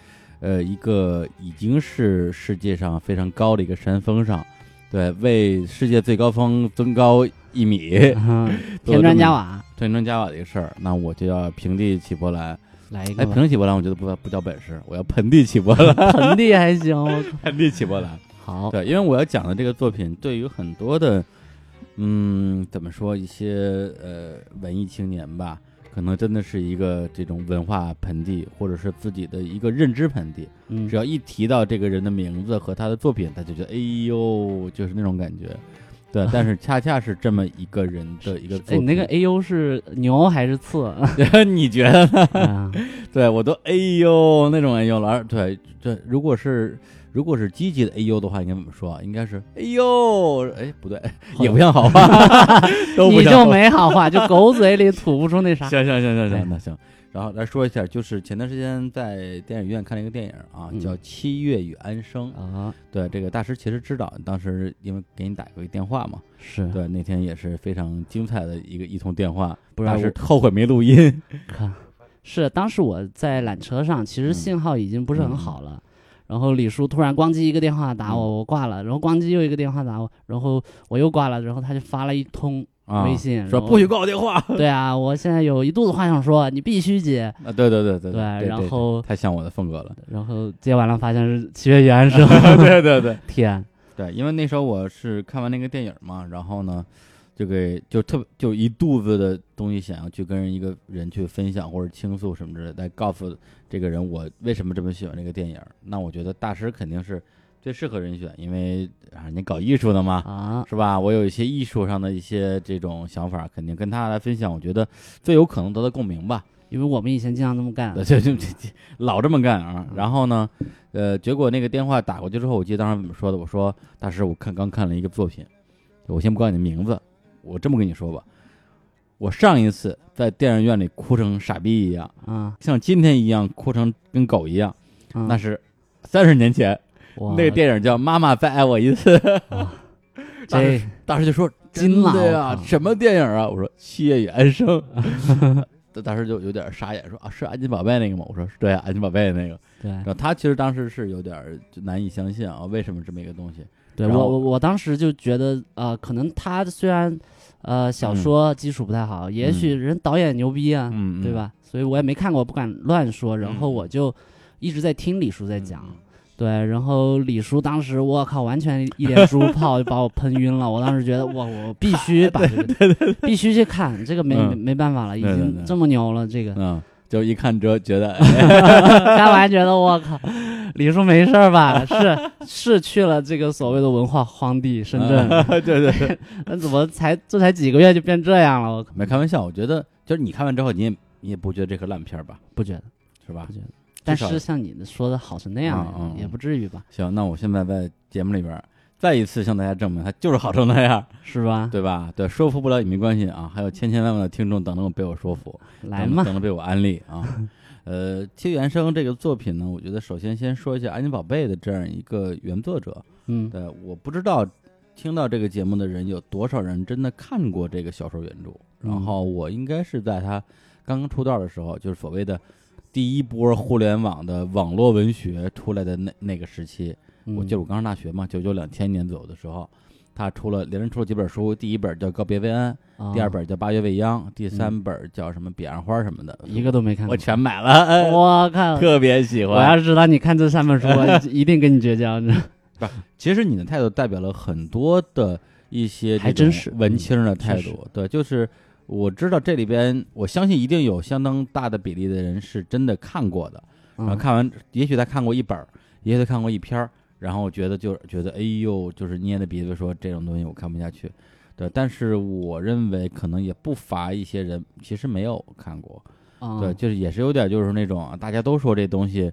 S1: 呃，一个已经是世界上非常高的一个山峰上，对，为世界最高峰增高一米，
S2: 嗯
S1: 做了
S2: 添砖
S1: 这么
S2: 加，瓦，
S1: 添砖加瓦的一个事儿。那我就要平地起波澜，
S2: 来一
S1: 哎，
S2: 个吧
S1: 平地起波澜，我觉得不不叫本事，我要盆地起波 澜，
S2: 盆地还行。我靠
S1: 盆地起波澜。
S2: 好，
S1: 对，因为我要讲的这个作品，对于很多的，嗯，怎么说，一些呃文艺青年吧，可能真的是一个这种文化盆地，或者是自己的一个认知盆地。
S2: 嗯
S1: 只，要一提到这个人的名字和他的作品，他就觉得哎呦，就是那种感觉。 对，但是恰恰是这么一个人的一个作
S2: 哎，你
S1: 品，
S2: 那个 A U 是牛还 是刺？
S1: 个你觉得呢？
S2: 啊
S1: 对我都哎呦那种哎呦了，而对对，如果是如果是积极的哎呦的话，应该怎么说啊？应该是哎呦，哎不对，也不像好 话，都不
S2: 你
S1: 像好
S2: 就
S1: 话。
S2: 没好话，就狗嘴里吐不出那啥。
S1: 行行行行
S2: 哎
S1: 行，那行，然后来说一下，就是前段时间在电影院看了一个电影啊，
S2: 嗯
S1: 叫《七月与安生》。
S2: 啊，
S1: 对，这个大师其实知道，当时因为给你打过一电话嘛，
S2: 是，
S1: 对，那天也是非常精彩的一个一通电话，
S2: 不
S1: 不
S2: 知道
S1: 然是
S2: 我
S1: 后悔没录音。
S2: 看，是当时我在缆车上，其实
S1: 嗯
S2: 信号已经不是很好了。然后李叔突然咣叽一个电话打
S1: 嗯
S2: 我，我挂了。然后咣叽又一个电话打我，然后我又挂了。然后他就发了一通
S1: 啊
S2: 微信，
S1: 说
S2: 然后
S1: 不许挂我电 话
S2: 对啊，我现在有一肚子话想说，你必须接。
S1: 啊！对对对对
S2: 对，
S1: 对
S2: 然
S1: 对
S2: 后
S1: 太像我的风格 了。
S2: 然后接完了发现是七月原是
S1: 对对对
S2: 天，
S1: 对，因为那时候我是看完那个电影嘛，然后呢，就给就特别就一肚子的东西想要去跟人一个人去分享或者倾诉什么之类的，来告诉这个人我为什么这么喜欢这个电影。那我觉得大师肯定是最适合人选，因为啊，你搞艺术的嘛，
S2: 啊，
S1: 是吧？我有一些艺术上的一些这种想法，肯定跟他来分享，我觉得最有可能得到共鸣吧。
S2: 因为我们以前经常这么干，
S1: 就就就老这么干啊。然后呢，呃，结果那个电话打过去之后，我记得当时怎么说的？我说大师，我看刚看了一个作品，我先不告诉你名字，我这么跟你说吧，我上一次在电影院里哭成傻逼一样，
S2: 啊，
S1: 像今天一样哭成跟狗一样，
S2: 嗯
S1: 那是三十年前，
S2: 哇
S1: 那个电影叫《妈妈再爱我一次》。 大
S2: 这
S1: 师大师就说：“
S2: 惊了
S1: 真的
S2: 我
S1: 呀啊
S2: 靠，
S1: 什么电影啊？”我说：“七月与安生。”他 当时就有点傻眼，说啊是安金宝贝那个吗？我说对啊，安金宝贝那个。
S2: 对
S1: 然后他其实当时是有点儿就难以相信啊，为什么这么一个东西？
S2: 对，
S1: 然
S2: 我
S1: 后
S2: 我我当时就觉得，呃，可能他虽然呃小说基础不太好，也许人导演牛逼啊，
S1: 嗯，嗯
S2: 对？吧？所以我也没看过，不敢乱说。然后
S3: 嗯
S2: 我就一直在听李叔在讲。
S3: 嗯
S2: 对，然后李叔当时我靠，完全一脸 猪泡就把我喷晕了。我当时觉得我我必须把这个必须去看，这个没
S1: 嗯
S2: 没办法了，已
S1: 对对
S2: 经
S1: 对
S2: 这么牛了，这个
S1: 嗯，就一看这觉 得哎
S2: 看完觉得我靠，李叔没事儿吧？ 是是去了这个所谓的文化荒地深圳，
S1: 对 对对，
S2: 那怎么才这才几个月就变这样了？我靠，
S1: 没开玩笑，我觉得就是你看完之后，你也你也不觉得这个烂片儿吧，
S2: 不觉得。
S1: 是吧
S2: 不？觉得但
S1: 少
S2: 是像你说的好成那样的，
S1: 嗯嗯
S2: 也不至于吧？
S1: 行，那我现在在节目里边儿再一次向大家证明，它就是好成那样，
S2: 是吧？
S1: 对吧？对，说服不了也没关系啊，还有千千万万的听众等着我被我说服，
S2: 来
S1: 等着
S2: 嘛，
S1: 等着被我安利啊。呃，《七原生》这个作品呢，我觉得首先先说一下《安妮宝贝》的这样一个原作者。
S2: 嗯，
S1: 对，我不知道听到这个节目的人有多少人真的看过这个小说原著。然
S2: 嗯
S1: 后我应该是在他刚刚出道的时候，就是所谓的第一波互联网的网络文学出来的那那个时期，我
S2: 嗯
S1: 记得我刚上大学嘛，九九两千年左右的时候，他出了连着出了几本书，第一本叫《告别薇安》，
S2: 哦
S1: 第
S2: 嗯
S1: 二，本叫《八月未央》，第三本叫什么《彼岸花》什么的
S2: 哦，一个都没看
S1: 我
S2: 过。
S1: 全买了，哎
S2: 我 靠！
S1: 特别喜
S2: 我
S1: 欢。
S2: 要是知道你看这三本书， 我一定跟你绝交。你知道
S1: 其实你的态度代表了很多的一些
S2: 还
S1: 这种
S2: 真是嗯
S1: 文青的态
S2: 确实
S1: 度，对，就是。我知道这里边，我相信一定有相当大的比例的人是真的看过的，然后啊
S2: 嗯
S1: 看完，也许他看过一本儿，也许他看过一篇儿，然后觉得就觉得哎呦，就是捏着鼻子说这种东西我看不下去，对。但是我认为可能也不乏一些人其实没有看过，
S2: 嗯
S1: 对，就是也是有点就是那种啊大家都说这东西、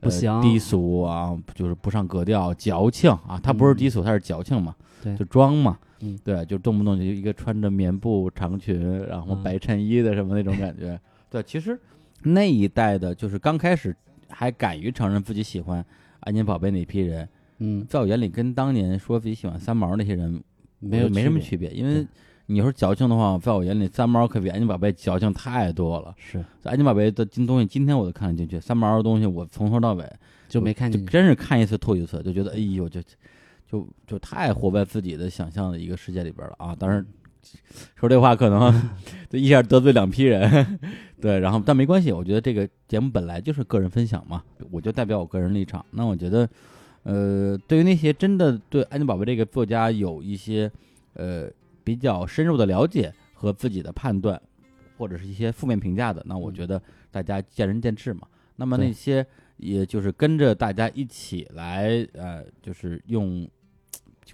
S2: 不
S1: 呃
S2: 行
S1: 低俗啊，就是不上格调、矫情啊，它不是低俗，它是矫情嘛，
S2: 嗯对
S1: 就装嘛。
S2: 嗯
S1: 对，就动不动就一个穿着棉布长裙，然后
S2: 嗯
S1: 白衬衣的什么那种感觉。对，其实那一代的，就是刚开始还敢于承认自己喜欢安妮宝贝那批人，
S2: 嗯，
S1: 在我眼里跟当年说自己喜欢三毛那些人
S2: 没有
S1: 没什么
S2: 区
S1: 区别，因为
S2: 对
S1: 你说矫情的话，在我眼里三毛可比安妮宝贝矫情太多了。
S2: 别，是
S1: 安妮宝贝的金东西今天我都看得进去，三毛的东西我从头到尾
S2: 就没看
S1: 就
S2: 见。
S1: 真是看一次吐一次，就觉得哎呦，就就就太活在自己的想象的一个世界里边了啊！当然，说这话可能 就一下得罪两批人， 对，然后但没关系，我觉得这个节目本来就是个人分享嘛，我就代表我个人立场。那我觉得，呃，对于那些真的对安妮宝贝这个作家有一些呃比较深入的了解和自己的判断，或者是一些负面评价的，那我觉得大家见仁见智嘛。那么
S2: 嗯对
S1: 那些也就是跟着大家一起来，呃，就是用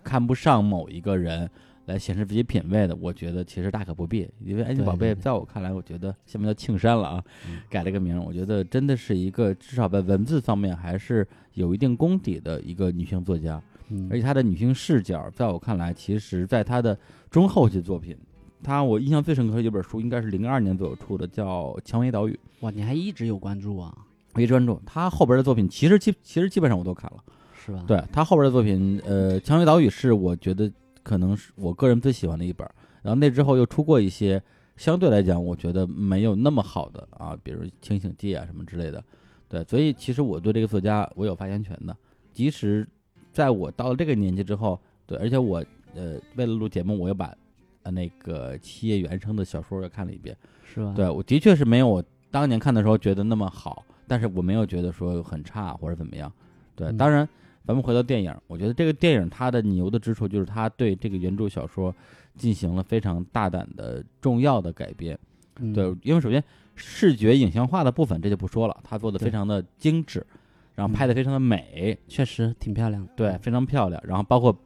S1: 看不上某一个人来显示自己品味的，我觉得其实大可不必，因为安妮
S2: 对
S1: 宝贝
S2: 对对
S1: 在我看来，我觉得下面叫庆山了啊，
S2: 嗯
S1: 改了个名儿，我觉得真的是一个至少在文字方面还是有一定功底的一个女性作家，
S2: 嗯
S1: 而且她的女性视角，在我看来，其实在她的中后期作品。她我印象最深刻的一本书，应该是零二年左右出的，叫《蔷薇岛屿》。
S2: 哇，你还一直有关注啊，
S1: 没专注。他后边的作品其实基其实基本上我都看了。
S2: 是吧？，
S1: 对他后边的作品，呃，《蔷薇岛屿》是我觉得可能是我个人最喜欢的一本儿。然后那之后又出过一些相对来讲我觉得没有那么好的啊，比如《清醒剂》啊什么之类的。对，所以其实我对这个作家我有发言权的，即使在我到了这个年纪之后，对，而且我呃为了录节目，我又把呃那个七叶原生的小说又看了一遍。
S2: 是吧？，
S1: 对我的确是没有我当年看的时候觉得那么好，但是我没有觉得说很差或者怎么样。对，
S2: 嗯
S1: 当然咱们回到电影，我觉得这个电影它的牛的之处就是它对这个原著小说进行了非常大胆的重要的改编。
S2: 嗯、
S1: 对，因为首先视觉影像化的部分这就不说了，它做的非
S2: 对嗯
S1: 常的精致，然后拍的非常的美，
S2: 确实挺漂亮的。
S1: 对，非常漂亮，然后包括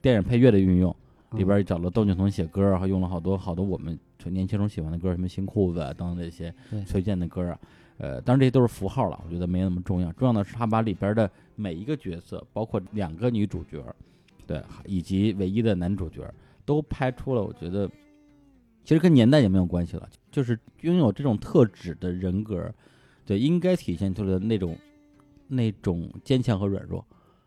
S1: 电影配乐的运用。
S2: 嗯
S1: 里边儿找了窦靖童写歌儿，然后用了好多好多我们就年轻人喜欢的歌儿，什么新裤子啊等等这些
S2: 对
S1: 崔健的歌儿啊，呃，当然这些都是符号了，我觉得没那么重要。重要的是他把里边儿的每一个角色，包括两个女主角儿，对，以及唯一的男主角儿，都拍出了我觉得其实跟年代也没有关系了，就是拥有这种特质的人格儿，对，应该体现出来的那种那种坚强和软弱。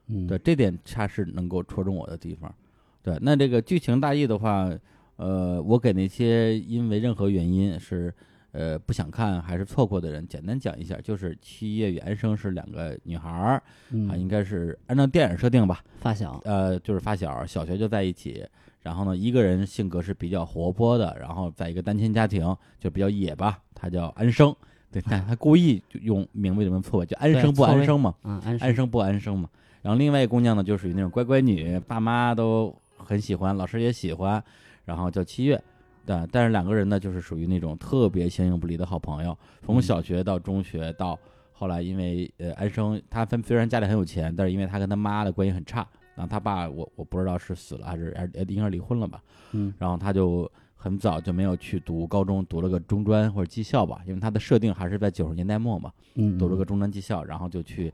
S2: 嗯，
S1: 对，这点它是能够戳中我的地方。对，那这个剧情大意的话，呃，我给那些因为任何原因是呃不想看还是错过的人，简单讲一下，就是七叶原生是两个女孩儿、啊，应
S2: 嗯，
S1: 该是按照电影设定吧，
S2: 发小，
S1: 呃，就是发小，小学就在一起。然后呢，一个人性格是比较活泼的，然后在一个单亲家庭就比较野吧，他叫安生，对，但他故意就用名为什么错位，就安
S2: 对
S1: 生不
S2: 错
S1: 安
S2: 位
S1: 生嘛，
S2: 嗯，安
S1: 安生不安生嘛。然后另外一个姑娘呢，就属于那种乖乖女，爸妈都很喜欢，老师也喜欢，然后叫七月。对，但是两个人呢，就是属于那种特别形影不离的好朋友，
S2: 嗯
S1: 从小学到中学到后来，因为呃安生他分虽然家里很有钱，但是因为他跟他妈的关系很差，然后他爸我我不知道是死了还是还是应该是离婚了吧，
S2: 嗯，
S1: 然后他就很早就没有去读高中，读了个中专或者技校吧，因为他的设定还是在九十年代末嘛，
S2: 嗯，
S1: 读了个中专技校，然后就去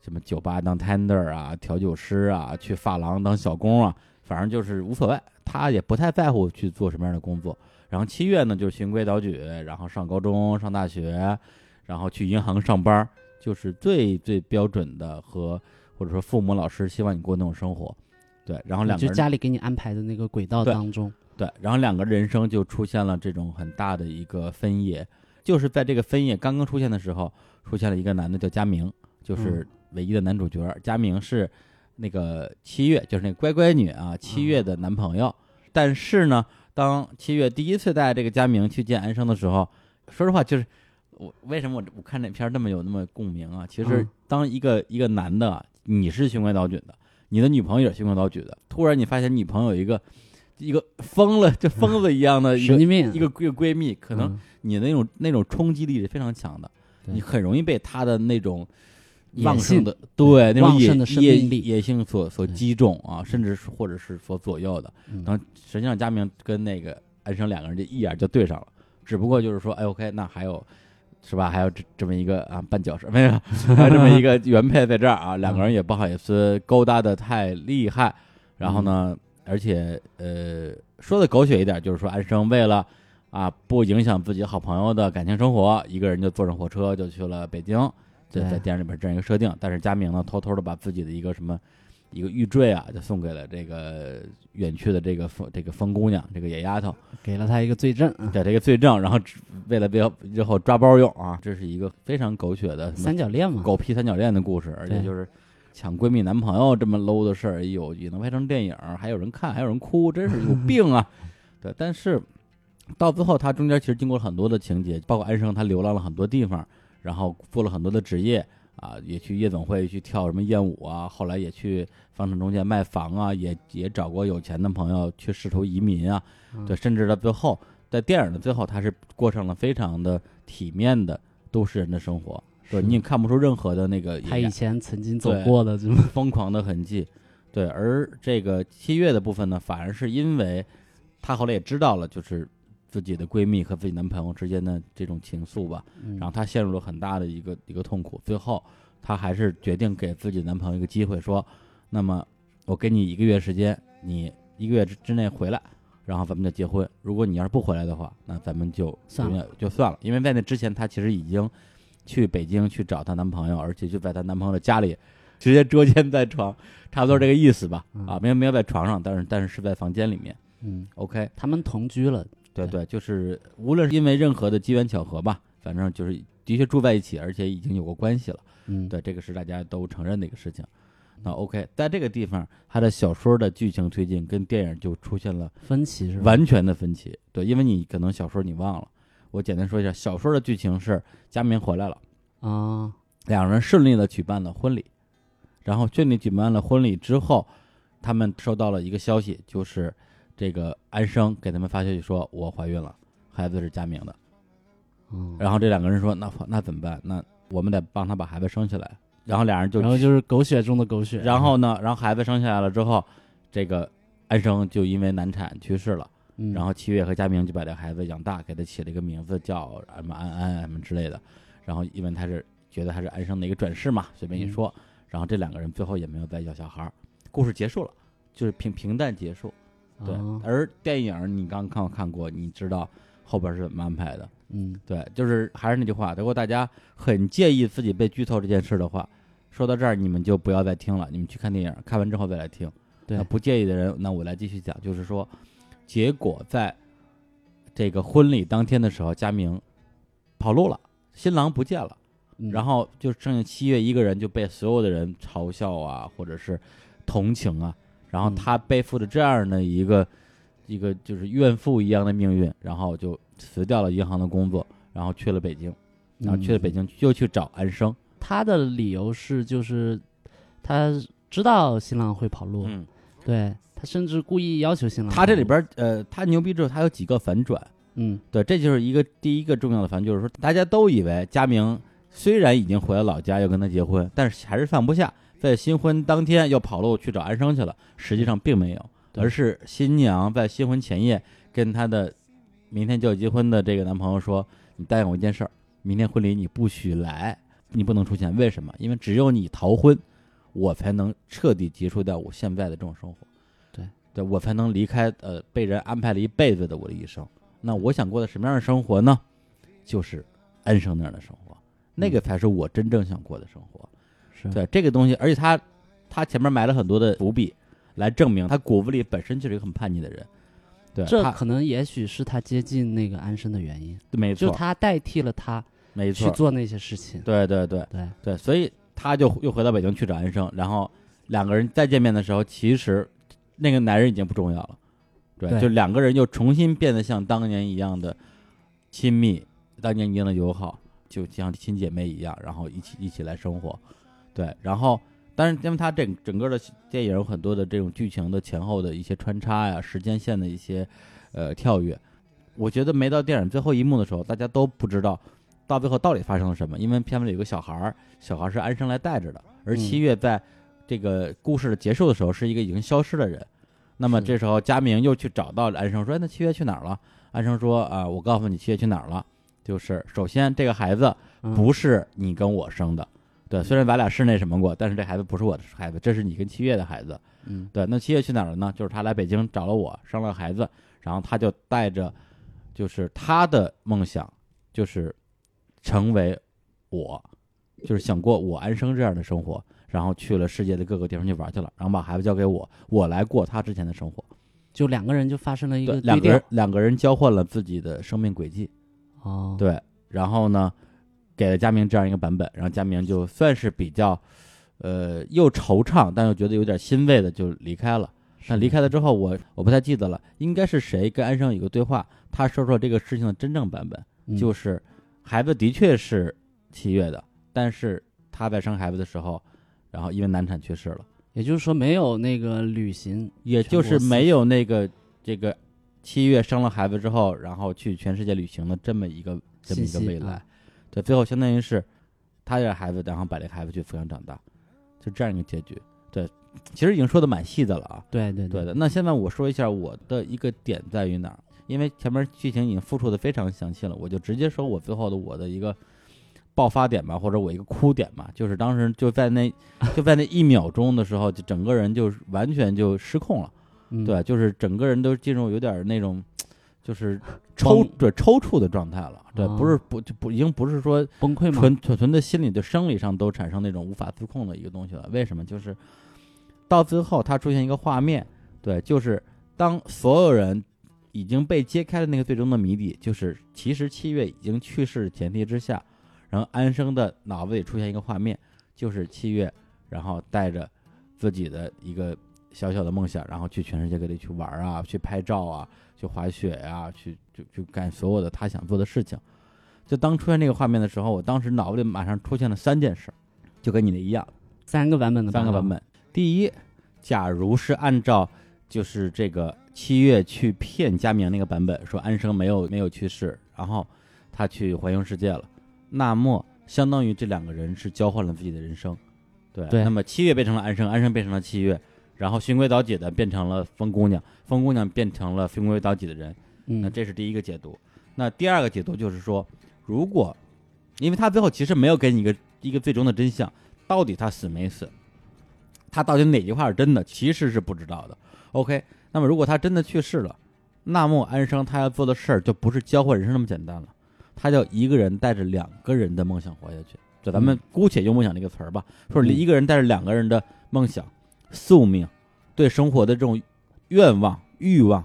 S1: 什么酒吧当 tender 啊、调酒师啊，去发廊当小工啊，反正就是无所谓，他也不太在乎去做什么样的工作。然后七月呢，就循规蹈矩，然后上高中、上大学，然后去银行上班儿，就是最最标准的和或者说父母老师希望你过那种生活。对，然后两个
S2: 嗯就
S1: 人
S2: 家里给你安排的那个轨道
S1: 对
S2: 当中，
S1: 对，然后两个人生就出现了这种很大的一个分野，就是在这个分野刚刚出现的时候，出现了一个男的叫佳明，就是唯一的男主角。佳明是那个七月，就是那个乖乖女啊，七月的男朋友。但是呢，当七月第一次带这个佳明去见安生的时候，说实话，就是我为什么我我看这片儿那么有那么共鸣啊？其实
S2: 嗯
S1: 当一个、一个男的啊，你是循规蹈矩的，你的女朋友也是循规蹈矩的，突然你发现女朋友有一个一个疯了，就疯子一样呃的一个、
S2: 神经病，
S1: 一个一个闺蜜，可能
S2: 嗯
S1: 你那种那种冲击力是非常强的，
S2: 对
S1: 你很容易被他的那种
S2: 野
S1: 旺盛
S2: 性
S1: 的对那种
S2: 旺
S1: 野
S2: 盛的生
S1: 野
S2: 命力
S1: 野性所所
S2: 对
S1: 击中啊，甚至是或者是所左右的。
S2: 嗯
S1: 然后实际上佳明跟那个安生两个人就一眼就对上了，只不过就是说，哎，OK，那还有。是吧？还有这这么一个啊绊脚石，没有，还有这么一个原配在这儿啊，两个人也不好意思勾搭的太厉害。然后呢，
S2: 嗯
S1: 而且呃，说的狗血一点，就是说安生为了啊不影响自己好朋友的感情生活，一个人就坐上火车就去了北京。这
S2: 对
S1: 在电影里边这样一个设定，但是佳明呢，偷偷的把自己的一个什么一个玉坠啊，就送给了这个远去的这个疯这个疯姑娘，这个野丫头，
S2: 给了他一个罪证啊，
S1: 对这个罪证，然后只为了为日后抓包用啊，这是一个非常狗血的什么
S2: 三角恋嘛，
S1: 狗屁三角恋的故事，而且
S2: 对
S1: 就是抢闺蜜男朋友这么 low 的事儿，有也能拍成电影，还有人看，还有人哭，真是有病 啊！对，但是到最后，他中间其实经过了很多的情节，包括安生他流浪了很多地方，然后做了很多的职业啊，也去夜总会去跳什么艳舞啊，后来也去房产中介卖房啊，也也找过有钱的朋友去试图移民啊，
S2: 嗯
S1: 对，甚至到最后，在电影的最后，他是过上了非常的体面的都市人的生活。对，你也看不出任何的那个
S2: 他
S1: 野
S2: 以前曾经走
S1: 对
S2: 过的这种，
S1: 疯狂的痕迹。对，而这个七月的部分呢，反而是因为她后来也知道了，就是自己的闺蜜和自己男朋友之间的这种情愫吧，
S2: 嗯
S1: 然后她陷入了很大的一个一个痛苦。最后，她还是决定给自己的男朋友一个机会，说：“那么我给你一个月时间，你一个月之之内回来，然后咱们就结婚。如果你要是不回来的话，那咱们就
S2: 算了，
S1: 就算了。因为在那之前，她其实已经去北京去找她男朋友，而且就在她男朋友的家里直接捉奸在床，差不多这个意思吧。
S2: 嗯
S1: 啊，没有没有在床上，但是但是是在房间里面。
S2: 嗯，
S1: OK，
S2: 他们同居了，
S1: 对
S2: 对
S1: 对，就是无论是因为任何的机缘巧合吧，反正就是的确住在一起，而且已经有过关系了。
S2: 嗯，
S1: 对，这个是大家都承认的一个事情。那 OK，在这个地方，他的小说的剧情推进跟电影就出现了
S2: 分歧是吧？
S1: 完全的分歧。对，因为你可能小说你忘了，我简单说一下，小说的剧情是佳明回来了，
S2: 啊，
S1: 两人顺利的举办了婚礼，然后顺利举办了婚礼之后，他们收到了一个消息，就是这个安生给他们发消息说我怀孕了，孩子是佳明的。
S2: 嗯，
S1: 然后这两个人说那那怎么办？那我们得帮他把孩子生下来。然后俩人就
S2: 然后就是狗血中的狗血，
S1: 然后呢，然后孩子生下来了之后，这个安生就因为难产去世了。
S2: 嗯，
S1: 然后七月和佳明就把这孩子养大，给他起了一个名字叫什么安安什么之类的。然后因为他是觉得他是安生的一个转世嘛，随便
S2: 嗯
S1: 一说。然后这两个人最后也没有再要小孩儿，故事结束了，就是平平淡结束。对，
S2: 啊
S1: 而电影你刚看看过，你知道后边是怎么安排的。
S2: 嗯，
S1: 对，就是还是那句话，如果大家很介意自己被剧透这件事的话，说到这儿你们就不要再听了，你们去看电影，看完之后再来听。
S2: 对
S1: 那不介意的人，那我来继续讲，就是说，结果在这个婚礼当天的时候，佳明
S3: 跑路了，新郎不见了，
S2: 嗯
S1: 然后就剩下七月一个人就被所有的人嘲笑啊，或者是同情啊，然后
S2: 嗯
S1: 他背负着这样的一个、一个就是怨妇一样的命运，然后就辞掉了银行的工作，然后去了北京，
S2: 嗯
S1: 然后去了北京又去找安生，
S2: 他的理由是，就是他知道新郎会跑路，
S1: 嗯，
S2: 对他甚至故意要求新郎跑路。
S1: 他这里边儿呃，他牛逼之后，他有几个反转，
S2: 嗯，
S1: 对，这就是一个第一个重要的反转，就是说大家都以为佳明虽然已经回了老家要跟他结婚，但是还是放不下，在新婚当天又跑路去找安生去了，实际上并没有，
S2: 对
S1: 而是新娘在新婚前夜跟她的明天就要结婚的这个男朋友说：“你答应我一件事儿，明天婚礼你不许来，你不能出现。为什么？因为只有你逃婚，我才能彻底结束掉我现在的这种生活。”
S2: 对，
S1: 对我才能离开呃被人安排了一辈子的我的一生。那我想过的什么样的生活呢？就是安生那样的生活，那个才是我真正想过的生活。
S2: 嗯是
S1: 对这个东西，而且他他前面埋了很多的伏笔，来证明他骨子里本身就是一个很叛逆的人。对，
S2: 这
S1: 他
S2: 可能也许是他接近那个安生的原因，
S1: 没
S2: 就
S1: 错，
S2: 他代替了他
S1: 没
S2: 去
S1: 错，
S2: 做那些事情。
S1: 对对对
S2: 对，
S1: 对，所以他就又回到北京去找安生，然后两个人再见面的时候，其实那个男人已经不重要了，对，
S2: 对
S1: 就两个人又重新变得像当年一样的亲密，当年一样的友好，就像亲姐妹一样，然后一起一起来生活，对，然后。但是，因为他整整个的电影有很多的这种剧情的前后的一些穿插呀、时间线的一些呃跳跃，我觉得没到电影最后一幕的时候，大家都不知道到最后到底发生了什么，因为片子里有个小孩儿，小孩儿是安生来带着的，而
S2: 嗯
S1: 七月在这个故事的结束的时候是一个已经消失的人，那么
S2: 是
S1: 这时候佳明又去找到了安生说：“哎那七月去哪儿了？”安生说：“啊、我告诉你七月去哪儿了，就是首先这个孩子
S2: 嗯、
S1: 不是你跟我生的。”对，虽然咱俩是那什么过，但是这孩子不是我的孩子，这是你跟七月的孩子。
S2: 嗯，
S1: 对，那七月去哪儿了呢？就是他来北京找了我，生了孩子，然后他就带着，就是他的梦想，就是成为我，就是想过我安生这样的生活，然后去了世界的各个地方去玩去了，然后把孩子交给我，我来过他之前的生活。
S2: 就两个人就发生了一
S1: 对，
S2: 个
S1: 两
S2: 对
S1: 个
S2: 调
S1: 人。两个人交换了自己的生命轨迹。
S2: 哦，，
S1: 对，然后呢，给了佳明这样一个版本，然后佳明就算是比较，呃，又惆怅但又觉得有点欣慰的就离开了。那离开了之后，我我不太记得了，应该是谁跟安生有个对话，他说出了这个事情的真正版本，
S2: 嗯
S1: 就是孩子的确是七月的，但是他在生孩子的时候，然后因为难产去世了，
S2: 也就是说没有那个旅行，
S1: 也
S2: 全
S1: 就
S2: 国
S1: 是
S2: 四
S1: 没有那个这个七月生了孩子之后，然后去全世界旅行的这么一个这么
S2: 信
S1: 一个
S2: 息
S1: 未来。
S2: 啊
S1: 对，最后相当于是他这孩子，然后把这个孩子去抚养长大，就这样一个结局。对，其实已经说的蛮细的了啊。
S2: 对对
S1: 对的，那现在我说一下我的一个点在于哪儿，因为前面剧情已经复述的非常详细了，我就直接说我最后的我的一个爆发点吧，或者我一个哭点吧，就是当时就在那就在那一秒钟的时候，就整个人就完全就失控了，
S2: 嗯
S1: 对，就是整个人都进入有点儿那种就是抽对抽搐的状态了，对，不是不就不已经不是说
S2: 崩溃嘛，
S1: 纯纯纯的心理的生理上都产生那种无法自控的一个东西了。为什么？就是到最后，它出现一个画面，对，就是当所有人已经被揭开了那个最终的谜底，就是其实七月已经去世的前提之下，然后安生的脑子里出现一个画面，就是七月，然后带着自己的一个小小的梦想，然后去全世界各地去玩啊，去拍照啊，去滑雪啊，去就去干所有的他想做的事情。就当出现这个画面的时候，我当时脑子里马上出现了三件事儿，就跟你的一样，
S2: 三个版本的
S1: 三个版本。第一，假如是按照就是这个七月去骗佳明那个版本，说安生没有没有去世，然后他去环游世界了，那么相当于这两个人是交换了自己的人生，对。
S2: 对
S1: 那么七月变成了安生，安生变成了七月，然后循规蹈矩的变成了风姑娘，风姑娘变成了循规蹈矩的人，
S2: 嗯，
S1: 那这是第一个解读。那第二个解读就是说，如果，因为他最后其实没有给你一个一个最终的真相，到底他死没死，他到底哪句话是真的，其实是不知道的。OK，那么如果他真的去世了，那么安生他要做的事儿就不是交换人生那么简单了，他要一个人带着两个人的梦想活下去。就咱们姑且用“梦想”这个词儿吧，说
S2: 嗯
S1: 一个人带着两个人的梦想、宿命、对生活的这种愿望、欲望，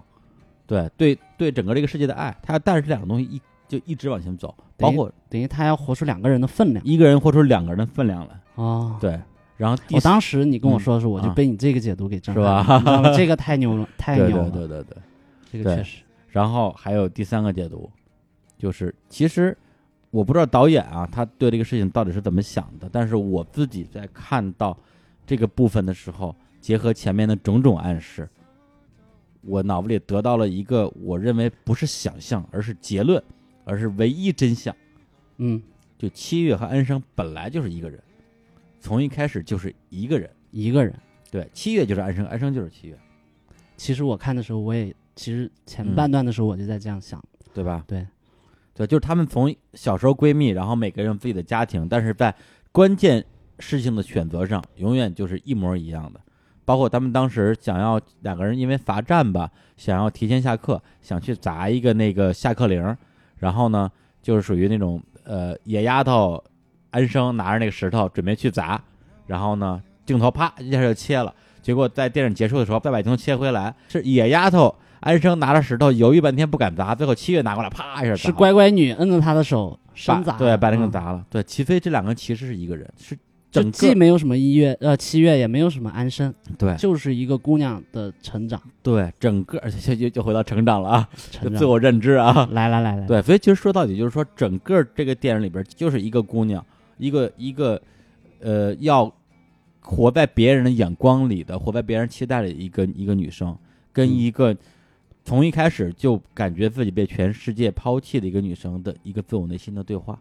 S1: 对对对整个这个世界的爱，他要带着这两个东西一就一直往前走，
S2: 等
S1: 包
S2: 于
S1: 括
S2: 等于他要活出两个人的分量
S1: 一个人活出两个人的分量来。
S2: 哦。
S1: 对，然后第
S2: 我
S1: 四
S2: 当时你跟我说的时候，我就
S1: 啊
S2: 被你这个解读给震撼了，
S1: 是吧
S2: 哦你知道吗这个太牛了，太
S1: 对
S2: 牛
S1: 对对
S2: 了，
S1: 对对，对
S2: 这个确实，
S1: 然后还有第三个解读，就是其实我不知道导演啊，他对这个事情到底是怎么想的，但是我自己在看到这个部分的时候，结合前面的种种暗示，我脑子里得到了一个我认为不是想象，而是结论，而是唯一真相。
S2: 嗯，
S1: 就七月和安生本来就是一个人，从一开始就是一个人。
S2: 一个人。
S1: 对，七月就是安生，安生就是七月，
S2: 其实我看的时候，我也其实前
S1: 嗯
S2: 半段的时候我就在这样想，
S1: 对吧？
S2: 对，
S1: 对，就是她们从小时候闺蜜，然后每个人有自己的家庭，但是在关键事情的选择上，永远就是一模一样的。包括他们当时想要两个人因为罚站吧，想要提前下课，想去砸一个那个下课铃儿，然后呢，就是属于那种呃野丫头安生拿着那个石头准备去砸，然后呢镜头啪一下就切了，结果在电影结束的时候再把镜头切回来，是野丫头安生拿着石头犹豫半天不敢砸，最后七月拿过来啪一下砸了，
S2: 是乖乖女摁着他的手生砸，
S1: 把对，把那个
S2: 嗯
S1: 砸了。对，齐飞这两个其实是一个人，是
S2: 就
S1: 整
S2: 既
S1: 个
S2: 没有什么一月呃七月，也没有什么安生，
S1: 对
S2: 就是一个姑娘的成长，
S1: 对整个，而 且就就回到成长了啊，就
S2: 成
S1: 自
S2: 长。
S1: 我认知啊。
S2: 来来来来，
S1: 对，所以其实说到底就是说，整个这个电影里边就是一个姑娘，一个一个呃要活在别人的眼光里的，活在别人期待里的一个一个女生，跟
S2: 嗯
S1: 一个。从一开始就感觉自己被全世界抛弃的一个女生的一个自我内心的对话，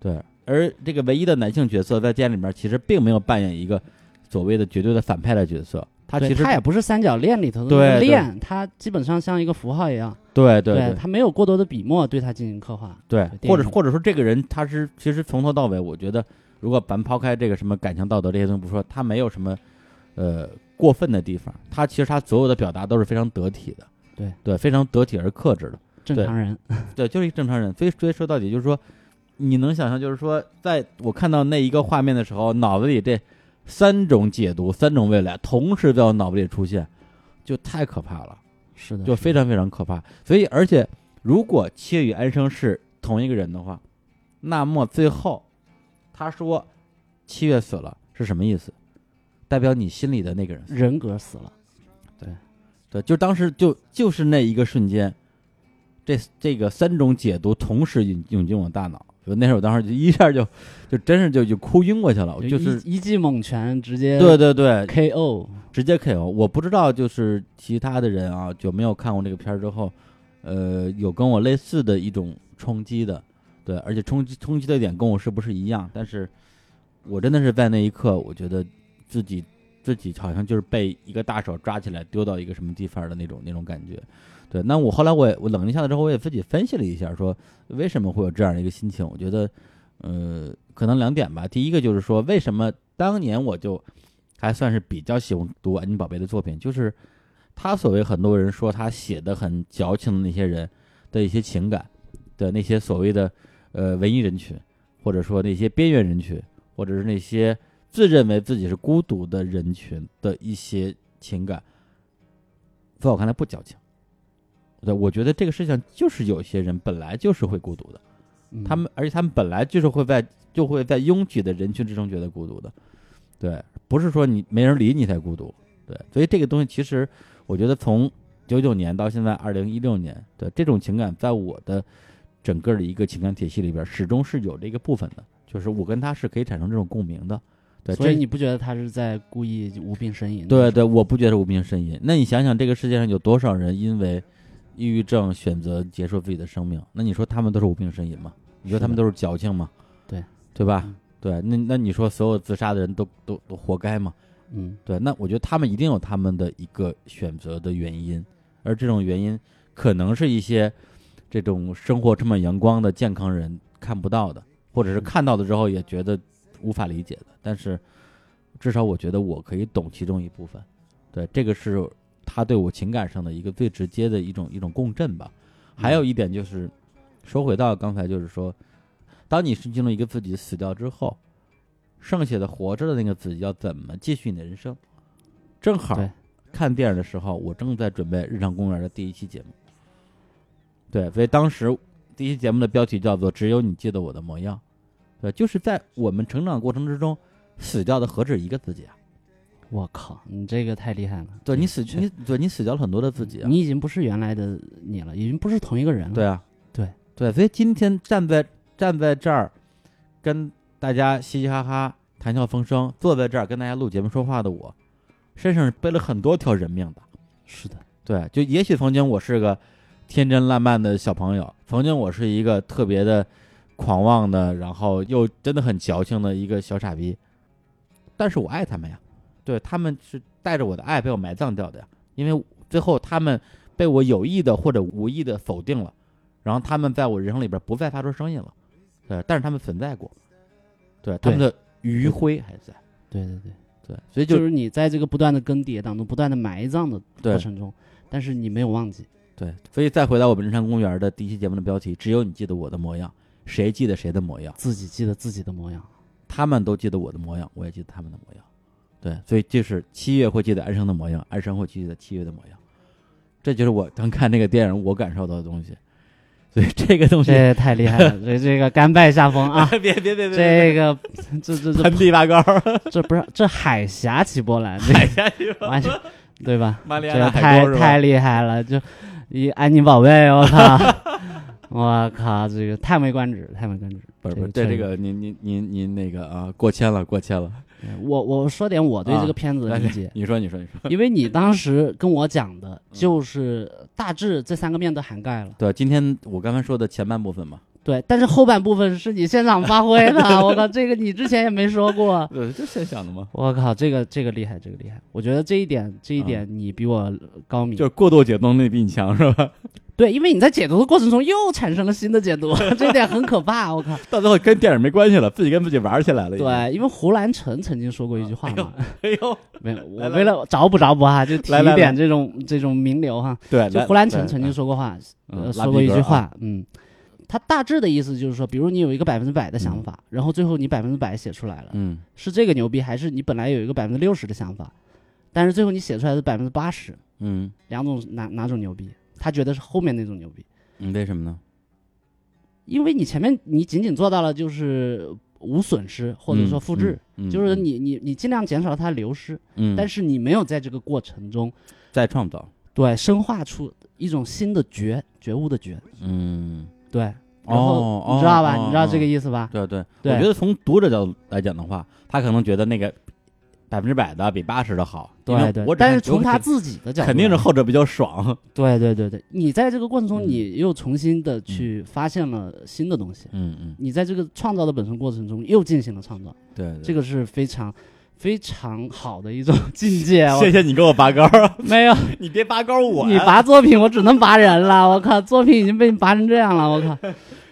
S1: 对。而这个唯一的男性角色在电影里面其实并没有扮演一个所谓的绝对的反派的角色，他
S2: 对
S1: 其实
S2: 他也不是三角恋里头的
S1: 对
S2: 那个
S1: 对
S2: 恋，他基本上像一个符号一样，
S1: 对对对，
S2: 他没有过多的笔墨对他进行刻画，
S1: 对
S2: 啊对，电
S1: 或者
S2: 影
S1: 或者说这个人他是其实从头到尾，我觉得如果咱抛开这个什么感情道德这些东西不说，他没有什么呃过分的地方，他其实他所有的表达都是非常得体的，
S2: 对
S1: 对，非常得体而克制的，
S2: 正
S1: 对
S2: 常人，
S1: 对，就是一个正常人。所以所以说到底就是说，你能想象就是说，在我看到那一个画面的时候，脑子里这三种解读、三种未来同时在我脑子里出现，就太可怕了。
S2: 是的，
S1: 就是非
S2: 的
S1: 常非常可怕。所以，而且如果七月与安生是同一个人的话，那么最后他说七月死了是什么意思？代表你心里的那个人死了，
S2: 人格死了，
S1: 对，就当时就就是那一个瞬间，这这个三种解读同时涌涌进我大脑。就那时候，我当时就一下就就真是就就哭晕过去了，
S2: 就
S1: 哦就是
S2: 一一记猛拳直接
S1: 对对对，
S2: KO，
S1: 直接 KO。我不知道就是其他的人啊，就没有看过这个片儿之后，呃，有跟我类似的一种冲击的，对，而且冲击冲击的点跟我是不是一样？但是我真的是在那一刻，我觉得自己自己好像就是被一个大手抓起来丢到一个什么地方的那种那种感觉。对，那我后来我也我冷静下来之后，我也自己分析了一下，说为什么会有这样的一个心情？我觉得，呃，可能两点吧。第一个就是说，为什么当年我就还算是比较喜欢读安妮宝贝的作品，就是他所谓很多人说他写的很矫情的那些人的一些情感的那些所谓的呃文艺人群，或者说那些边缘人群，或者是那些自认为自己是孤独的人群的一些情感，在我看来不矫情。对，我觉得这个事情就是有些人本来就是会孤独的。
S2: 嗯
S1: 他们，而且他们本来就是会在就会在拥挤的人群之中觉得孤独的，对，不是说你没人理你才孤独，对，所以这个东西其实我觉得从九九年到现在二零一六年，对这种情感在我的整个的一个情感体系里边，始终是有这个部分的，就是我跟他是可以产生这种共鸣的，对，
S2: 所以
S1: 这
S2: 你不觉得他是在故意无病呻吟？
S1: 对，对，我不觉得无病呻吟。那你想想，这个世界上有多少人因为抑郁症选择结束自己的生命？那你说他们都是无病呻吟吗？你说他们
S2: 是的
S1: 都是矫情吗？
S2: 对，
S1: 对吧
S2: 嗯？
S1: 对，那那你说所有自杀的人都都都活该吗？
S2: 嗯，
S1: 对，那我觉得他们一定有他们的一个选择的原因，而这种原因可能是一些这种生活充满阳光的健康人看不到的，或者是看到了之后也觉得无法理解的。但是至少我觉得我可以懂其中一部分，对，这个是他对我情感上的一个最直接的一种一种共振吧。还有一点就是，说回到刚才，就是说，当你是进入一个自己死掉之后，剩下的活着的那个自己要怎么继续你的人生？正好
S2: 对
S1: 看电影的时候，我正在准备《日常公园》的第一期节目，对，所以当时第一节目的标题叫做“只有你记得我的模样”，对，就是在我们成长过程之中，死掉的何止一个自己啊？
S2: 我靠，你这个太厉害了。
S1: 对你死
S2: 确
S1: 你对你死掉了很多的自己啊，
S2: 你已经不是原来的你了，已经不是同一个人了。
S1: 对啊，
S2: 对
S1: 对，所以今天站在站在这儿，跟大家嘻嘻哈哈、谈笑风生，坐在这儿跟大家录节目说话的我，身上是背了很多条人命的。
S2: 是的，
S1: 对，就也许曾经我是个天真烂漫的小朋友，曾经我是一个特别的狂妄的，然后又真的很矫情的一个小傻逼，但是我爱他们呀，对他们是带着我的爱被我埋葬掉的呀，因为最后他们被我有意的或者无意的否定了，然后他们在我人生里边不再发出声音了，对，但是他们存在过，对，他们的余晖还在，
S2: 对对对，
S1: 对，所以就
S2: 就是你在这个不断的更迭当中，不断的埋葬的
S1: 对
S2: 过程中，但是你没有忘记。
S1: 对，所以再回到我们日常公园的第一期节目的标题，只有你记得我的模样，谁记得谁的模样？
S2: 自己记得自己的模样，
S1: 他们都记得我的模样，我也记得他们的模样。对，所以就是七月会记得安生的模样，安生会记得七月的模样。这就是我刚看那个电影我感受到的东西。所以这个东西，
S2: 这太厉害了，这这个甘拜下 风啊！
S1: 别别别别别，
S2: 这个这这这
S1: 盆地拔高，哎
S2: 这不是这海峡起波澜，这
S1: 海下去吧，
S2: 完全对吧？
S1: 马里亚
S2: 这个
S1: 纳海
S2: 太
S1: 沟是
S2: 太
S1: 吧？
S2: 厉害了，就一安妮宝贝，我靠， 我靠，这个叹为观止，叹为观止。
S1: 不是不是，
S2: 这
S1: 对
S2: 个
S1: 这个您您您您那个啊，过谦了过谦了。
S2: 我我说点我对这个片子的
S1: 来嗯
S2: 理解，
S1: 你说你说你说，
S2: 因为你当时跟我讲的就是大致这三个面都涵盖了，
S1: 对，今天我刚才说的前半部分嘛，
S2: 对，但是后半部分是你现场发挥 的，我靠，这个你之前也没说过。
S1: 对，就现想的嘛，
S2: 我靠，这个这个厉害，这个厉害！我觉得这一点，这一点你比我高明。
S1: 啊就是过度解读能力比你强是吧？
S2: 对，因为你在解读的过程中又产生了新的解读， 这一点很可怕。我靠，
S1: 到最后跟电影没关系了，自己跟自己玩起来了。，
S2: 对，因为胡兰成曾经说过一句话 嘛，
S1: 哎呦，
S2: 没有，我
S1: 来来
S2: 为了找补找补哈，就提
S1: 来来
S2: 一
S1: 来
S2: 点这种这种名流哈。
S1: 对，
S2: 就
S1: 来
S2: 胡兰成曾经
S1: 来
S2: 说过话，呃，
S1: 嗯
S2: 说过一句，
S1: 拉
S2: 话，嗯，他大致的意思就是说，比如你有一个百分之百的想
S1: 嗯
S2: 法，然后最后你百分之百写出来了，
S1: 皮格啊
S2: 是这个牛逼，还是你本来有一个百分之六十的想法，但是最后你写出来的百分之八十，
S1: 嗯嗯
S2: 两种哪哪种牛逼？他觉得是后面那种牛逼，
S1: 嗯，为什么呢？
S2: 因为你前面你仅仅做到了就是无损失或者说复制，
S1: 嗯，嗯
S2: 就是，你你你尽量减少它的流失，
S1: 嗯，
S2: 但
S1: 是
S2: 是你没有在这个过程中
S1: 再创造，
S2: 对深化出一种新的觉觉悟的觉，
S1: 嗯，
S2: 对，然后、你知道吧？你知道这个
S1: 思？
S2: 意思吧？
S1: 对哦对，
S2: 对
S1: 我觉得从读者角度来讲的话，他可能觉得那个百分之百的比八十的好，因为
S2: 对对
S1: 我，只
S2: 但
S1: 看
S2: 是从
S1: 我
S2: 他
S1: 肯
S2: 自己的角度，
S1: 肯定是后者比较爽，
S2: 对对对对，你在这个过程中，
S1: 嗯
S2: 你又重新的去发现了新的东西，
S1: 嗯嗯，
S2: 你在这个创造的本身过程中又进行了创造，
S1: 对对，
S2: 这个是非常非常好的 一种境界。我
S1: 谢谢你给我拔高，
S2: 没有
S1: 你别拔高我啊
S2: 你
S1: 呀，
S2: 拔作品，我只能拔人了。我靠，作品已经被你拔成这样了，我靠。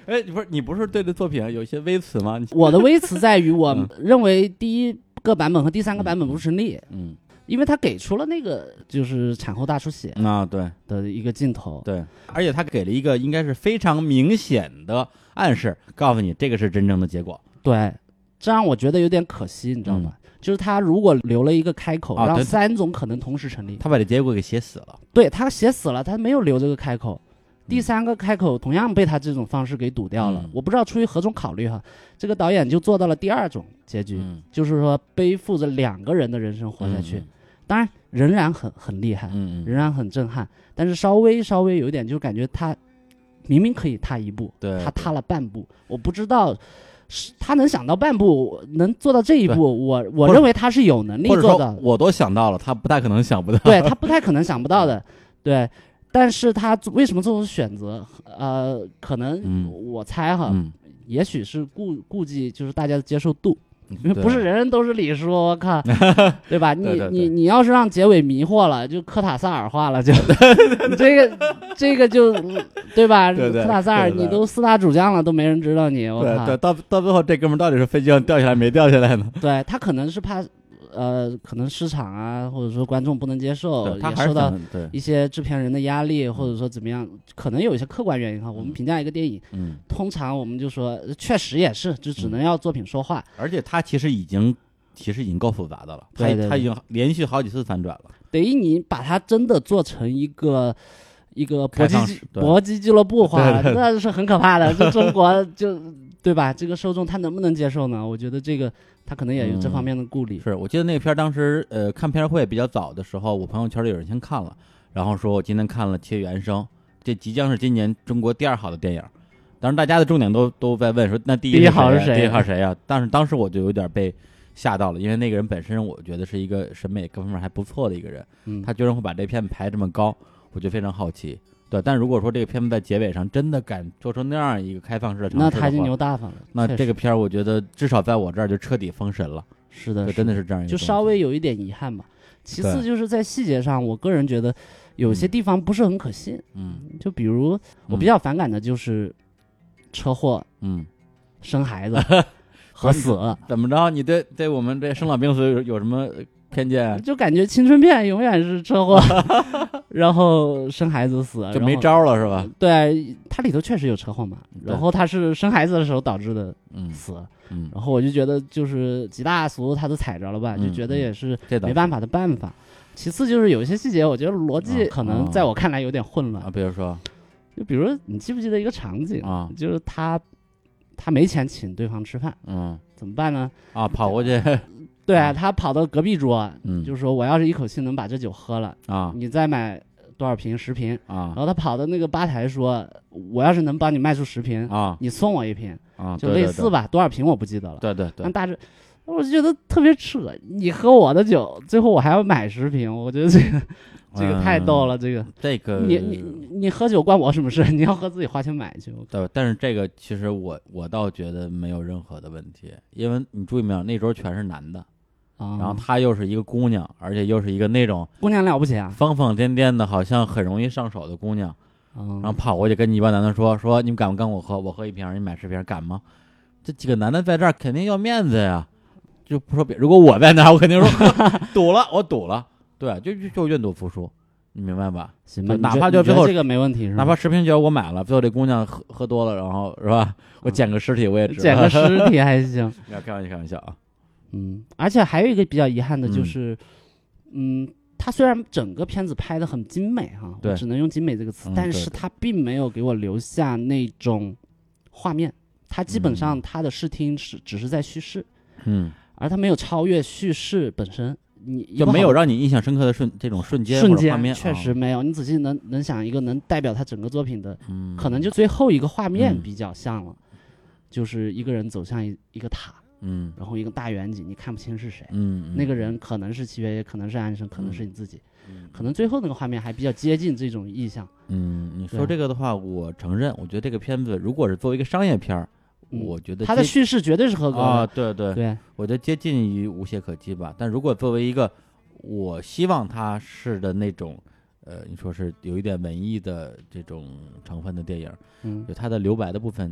S1: 哎，你不是你不是对这作品有一些微词吗？你
S2: 我的微词在于，我
S1: 嗯
S2: 认为第一个版本和第三个版本不成立，
S1: 嗯，
S2: 因为他给出了那个就是产后大出血
S1: 啊对，
S2: 的一个镜头。
S1: 对，而且他给了一个应该是非常明显的暗示，告诉你这个是真正的结果。
S2: 对，这让我觉得有点可惜，你知道吗？就是他如果留了一个开口，
S1: 嗯啊
S2: 让
S1: 对
S2: 三种可能同时成立，
S1: 他把这结果给写死了。
S2: 对他写死了，他没有留这个开口。第三个开口同样被他这种方式给堵掉了，
S1: 嗯
S2: 我不知道出于何种考虑哈，这个导演就做到了第二种结局，
S1: 嗯，
S2: 就是说背负着两个人的人生活下去。
S1: 嗯
S2: 当然，仍然很很厉害，
S1: 嗯
S2: 仍然很震撼，但是稍微稍微有一点，就感觉他明明可以踏一步，
S1: 对
S2: 他踏了半步，我不知道是他能想到半步，能做到这一
S1: 对
S2: 步，我我
S1: 或者
S2: 认为他是有能力
S1: 或者
S2: 做
S1: 说
S2: 到的，
S1: 我都想到了，他不太可能想不到。
S2: 对他不太可能想不到的，对。但是他做为什么做出选择？呃，可能
S1: 嗯
S2: 我猜哈，
S1: 嗯，
S2: 也许是顾顾忌就是大家的接受度，因为
S1: 对
S2: 不是人人都是李叔，我靠，对吧？你
S1: 对对对
S2: 你你要是让结尾迷惑了，就科塔萨尔 化了，就你这个这个就对 吧？
S1: 对对
S2: 科塔萨尔，
S1: 对对
S2: 你都四大主将了，都没人知道你，我
S1: 对
S2: 靠
S1: 对，！到到最后这哥们儿到底是飞机上掉下来没掉下来呢？
S2: 对他可能是怕，呃，可能市场啊，或者说观众不能接受，
S1: 对他
S2: 也
S1: 还是
S2: 受到
S1: 想对，
S2: 一些制片人的压力，或者说怎么样，可能有一些客观原因哈。我们评价一个电影，
S1: 嗯，
S2: 通常我们就说，呃确实也是，就只能要作品说话，
S1: 而且他其实已经其实已经够复杂的了，他
S2: 对对
S1: 他
S2: 对
S1: 已经连续好几次反转了。
S2: 等于你把它真的做成一个一个
S1: 开
S2: 搏击
S1: 放
S2: 俱
S1: 式对
S2: 搏击俱乐部化，
S3: 对对 对
S2: 那是很可怕的。这中国就对吧？这个受众他能不能接受呢？我觉得这个他可能也有这方面的顾虑。
S1: 嗯是我记得那个片儿，当时呃看片儿会比较早的时候，我朋友圈里有人先看了，然后说我今天看了《且原声》，这即将是今年中国第二好的电影。当然，大家的重点都都在问说，那第一
S2: 第一
S1: 是
S2: 好
S1: 谁
S2: 是
S1: 呀
S2: 谁啊
S1: 第一
S2: 呀
S1: 号是谁呀、但是当时我就有点被吓到了，因为那个人本身我觉得是一个审美各方面还不错的一个人，
S2: 嗯，
S1: 他居然会把这片排这么高，我就非常好奇。对，但如果说这个片子在结尾上真的敢做出那样一个开放式的尝试
S2: 那
S1: 的
S2: 他已经
S1: 话
S2: 牛大发了。
S1: 那
S2: 确
S1: 这
S2: 实
S1: 个片儿我觉得至少在我这儿就彻底封神了，
S2: 是的，
S1: 就真的是这样一个
S2: 就
S1: 东西，
S2: 稍微有一点遗憾吧。其次
S1: 对
S2: 就是在细节上，我个人觉得有些
S1: 嗯
S2: 地方不是很可信。
S1: 嗯。
S2: 就比如我比较反感的就是车祸、
S1: 嗯，
S2: 生 孩子和死了，
S1: 怎么着？你对对我们这生老病死有有什么偏见？
S2: 就感觉青春片永远是 车祸，然后生孩子死，
S1: 就没
S2: 呃然后。
S1: 招了是吧？
S2: 对，它里头确实有车祸嘛，
S1: 对
S2: 然后他是生孩子的时候导致的
S1: 嗯
S2: 死，
S1: 嗯，
S2: 然后我就觉得就是几大俗他都踩着了吧，
S1: 嗯
S2: 就觉得也是
S1: 这倒
S2: 没办法的办法。其次就是有一些细节，我觉得逻辑
S1: 啊
S2: 可能
S1: 啊
S2: 在我看来有点混
S1: 是
S2: 乱
S1: 啊，。比如说
S2: 就比如你记不记得一个场景
S1: 啊
S2: 就是他他没钱请对方吃饭，
S1: 嗯
S2: 怎么办呢？
S1: 啊，跑 过去，
S2: 对啊，他跑到隔壁桌，
S1: 嗯，
S2: 就说我要是一口气能把这酒喝了，
S1: 啊
S2: 你再买多少瓶？十瓶。
S1: 啊
S2: 然后他跑到那个吧台说，我要是能帮你卖出十瓶，
S1: 啊
S2: 你送我一瓶，
S1: 啊，
S2: 就
S1: 对
S2: 类似，吧，多少瓶我不记得了。
S1: 对对对
S2: 但
S1: 对
S2: 大致，我就觉得特别扯。你喝我的酒，最后我还要买十瓶，我觉得这 个
S1: 对，
S2: 这个太逗
S1: 了。
S2: 了。这个
S1: 嗯这个
S2: 你你你喝酒关我什么事？ 你要喝自己花钱买去。
S1: 对，但是这个其实我我倒觉得没有任何的问题，因为你注意没有，那桌全是男的，
S2: 啊，
S1: 然后她又是一个姑娘，而且又是一个那种
S2: 姑娘了不起啊，
S1: 疯疯癫癫的，好像很容易上手的姑娘。然
S2: 嗯
S1: 后跑过去跟一帮男的说：“说你们敢不敢跟我喝？我喝一瓶，你买十瓶，敢吗？”这几个男的在这儿肯定要面子呀，就不说别。如果我在那儿，我肯定 说赌了，我赌了。对，啊就就就愿赌服输，你明白吧？
S2: 行吧，
S1: 就
S2: 你
S1: 哪
S2: 觉
S1: 怕
S2: 你
S1: 就
S2: 觉得
S1: 最后
S2: 这个没问题是
S1: 哪
S2: 吧？
S1: 怕十瓶酒我买了，最后这姑娘喝喝多了，然后是吧？我捡个尸体我也值。
S2: 捡个尸体还行。
S1: 没有开玩笑，开玩笑啊。
S2: 嗯，而且还有一个比较遗憾的就
S1: 嗯
S2: 是，嗯，它虽然整个片子拍的很精美哈，我
S1: 对
S2: 只能用精美这个词
S1: 嗯，
S2: 但
S1: 对
S2: 是
S1: 对
S2: 它并没有给我留下那种画面，它基本上它的视听是只是在叙事，
S1: 嗯，
S2: 而它没有超越叙事本身，你一
S1: 就
S2: 个
S1: 没
S2: 好
S1: 有让你印象深刻的瞬这种瞬间
S2: 瞬
S1: 或者画面
S2: 间，
S1: 啊，
S2: 确实没有。你仔细能能想一个能代表他整个作品的，
S1: 嗯，
S2: 可能就最后一个画面
S1: 嗯
S2: 比较像了，就是一个人走向一一个塔，
S1: 嗯
S2: 然后一个大远景，你看不清是谁。
S1: 嗯
S2: 那个人可能是契约，也可能是安生，可能是你自己，
S1: 嗯
S2: 可能最后那个画面还比较接近这种意象。
S1: 嗯，你
S2: 对
S1: 说
S2: 啊
S1: 这个的话，我承认，我觉得这个片子如果是作为一个商业片儿，
S2: 嗯
S1: 我觉得
S2: 它的
S1: 接
S2: 叙事绝对是合格的，
S1: 啊，对对，
S2: 对，
S1: 我觉得接近于无懈可击吧。但如果作为一个我希望它是的那种，呃，你说是有一点文艺的这种成分的电影，
S2: 嗯，
S1: 就它的留白的部分，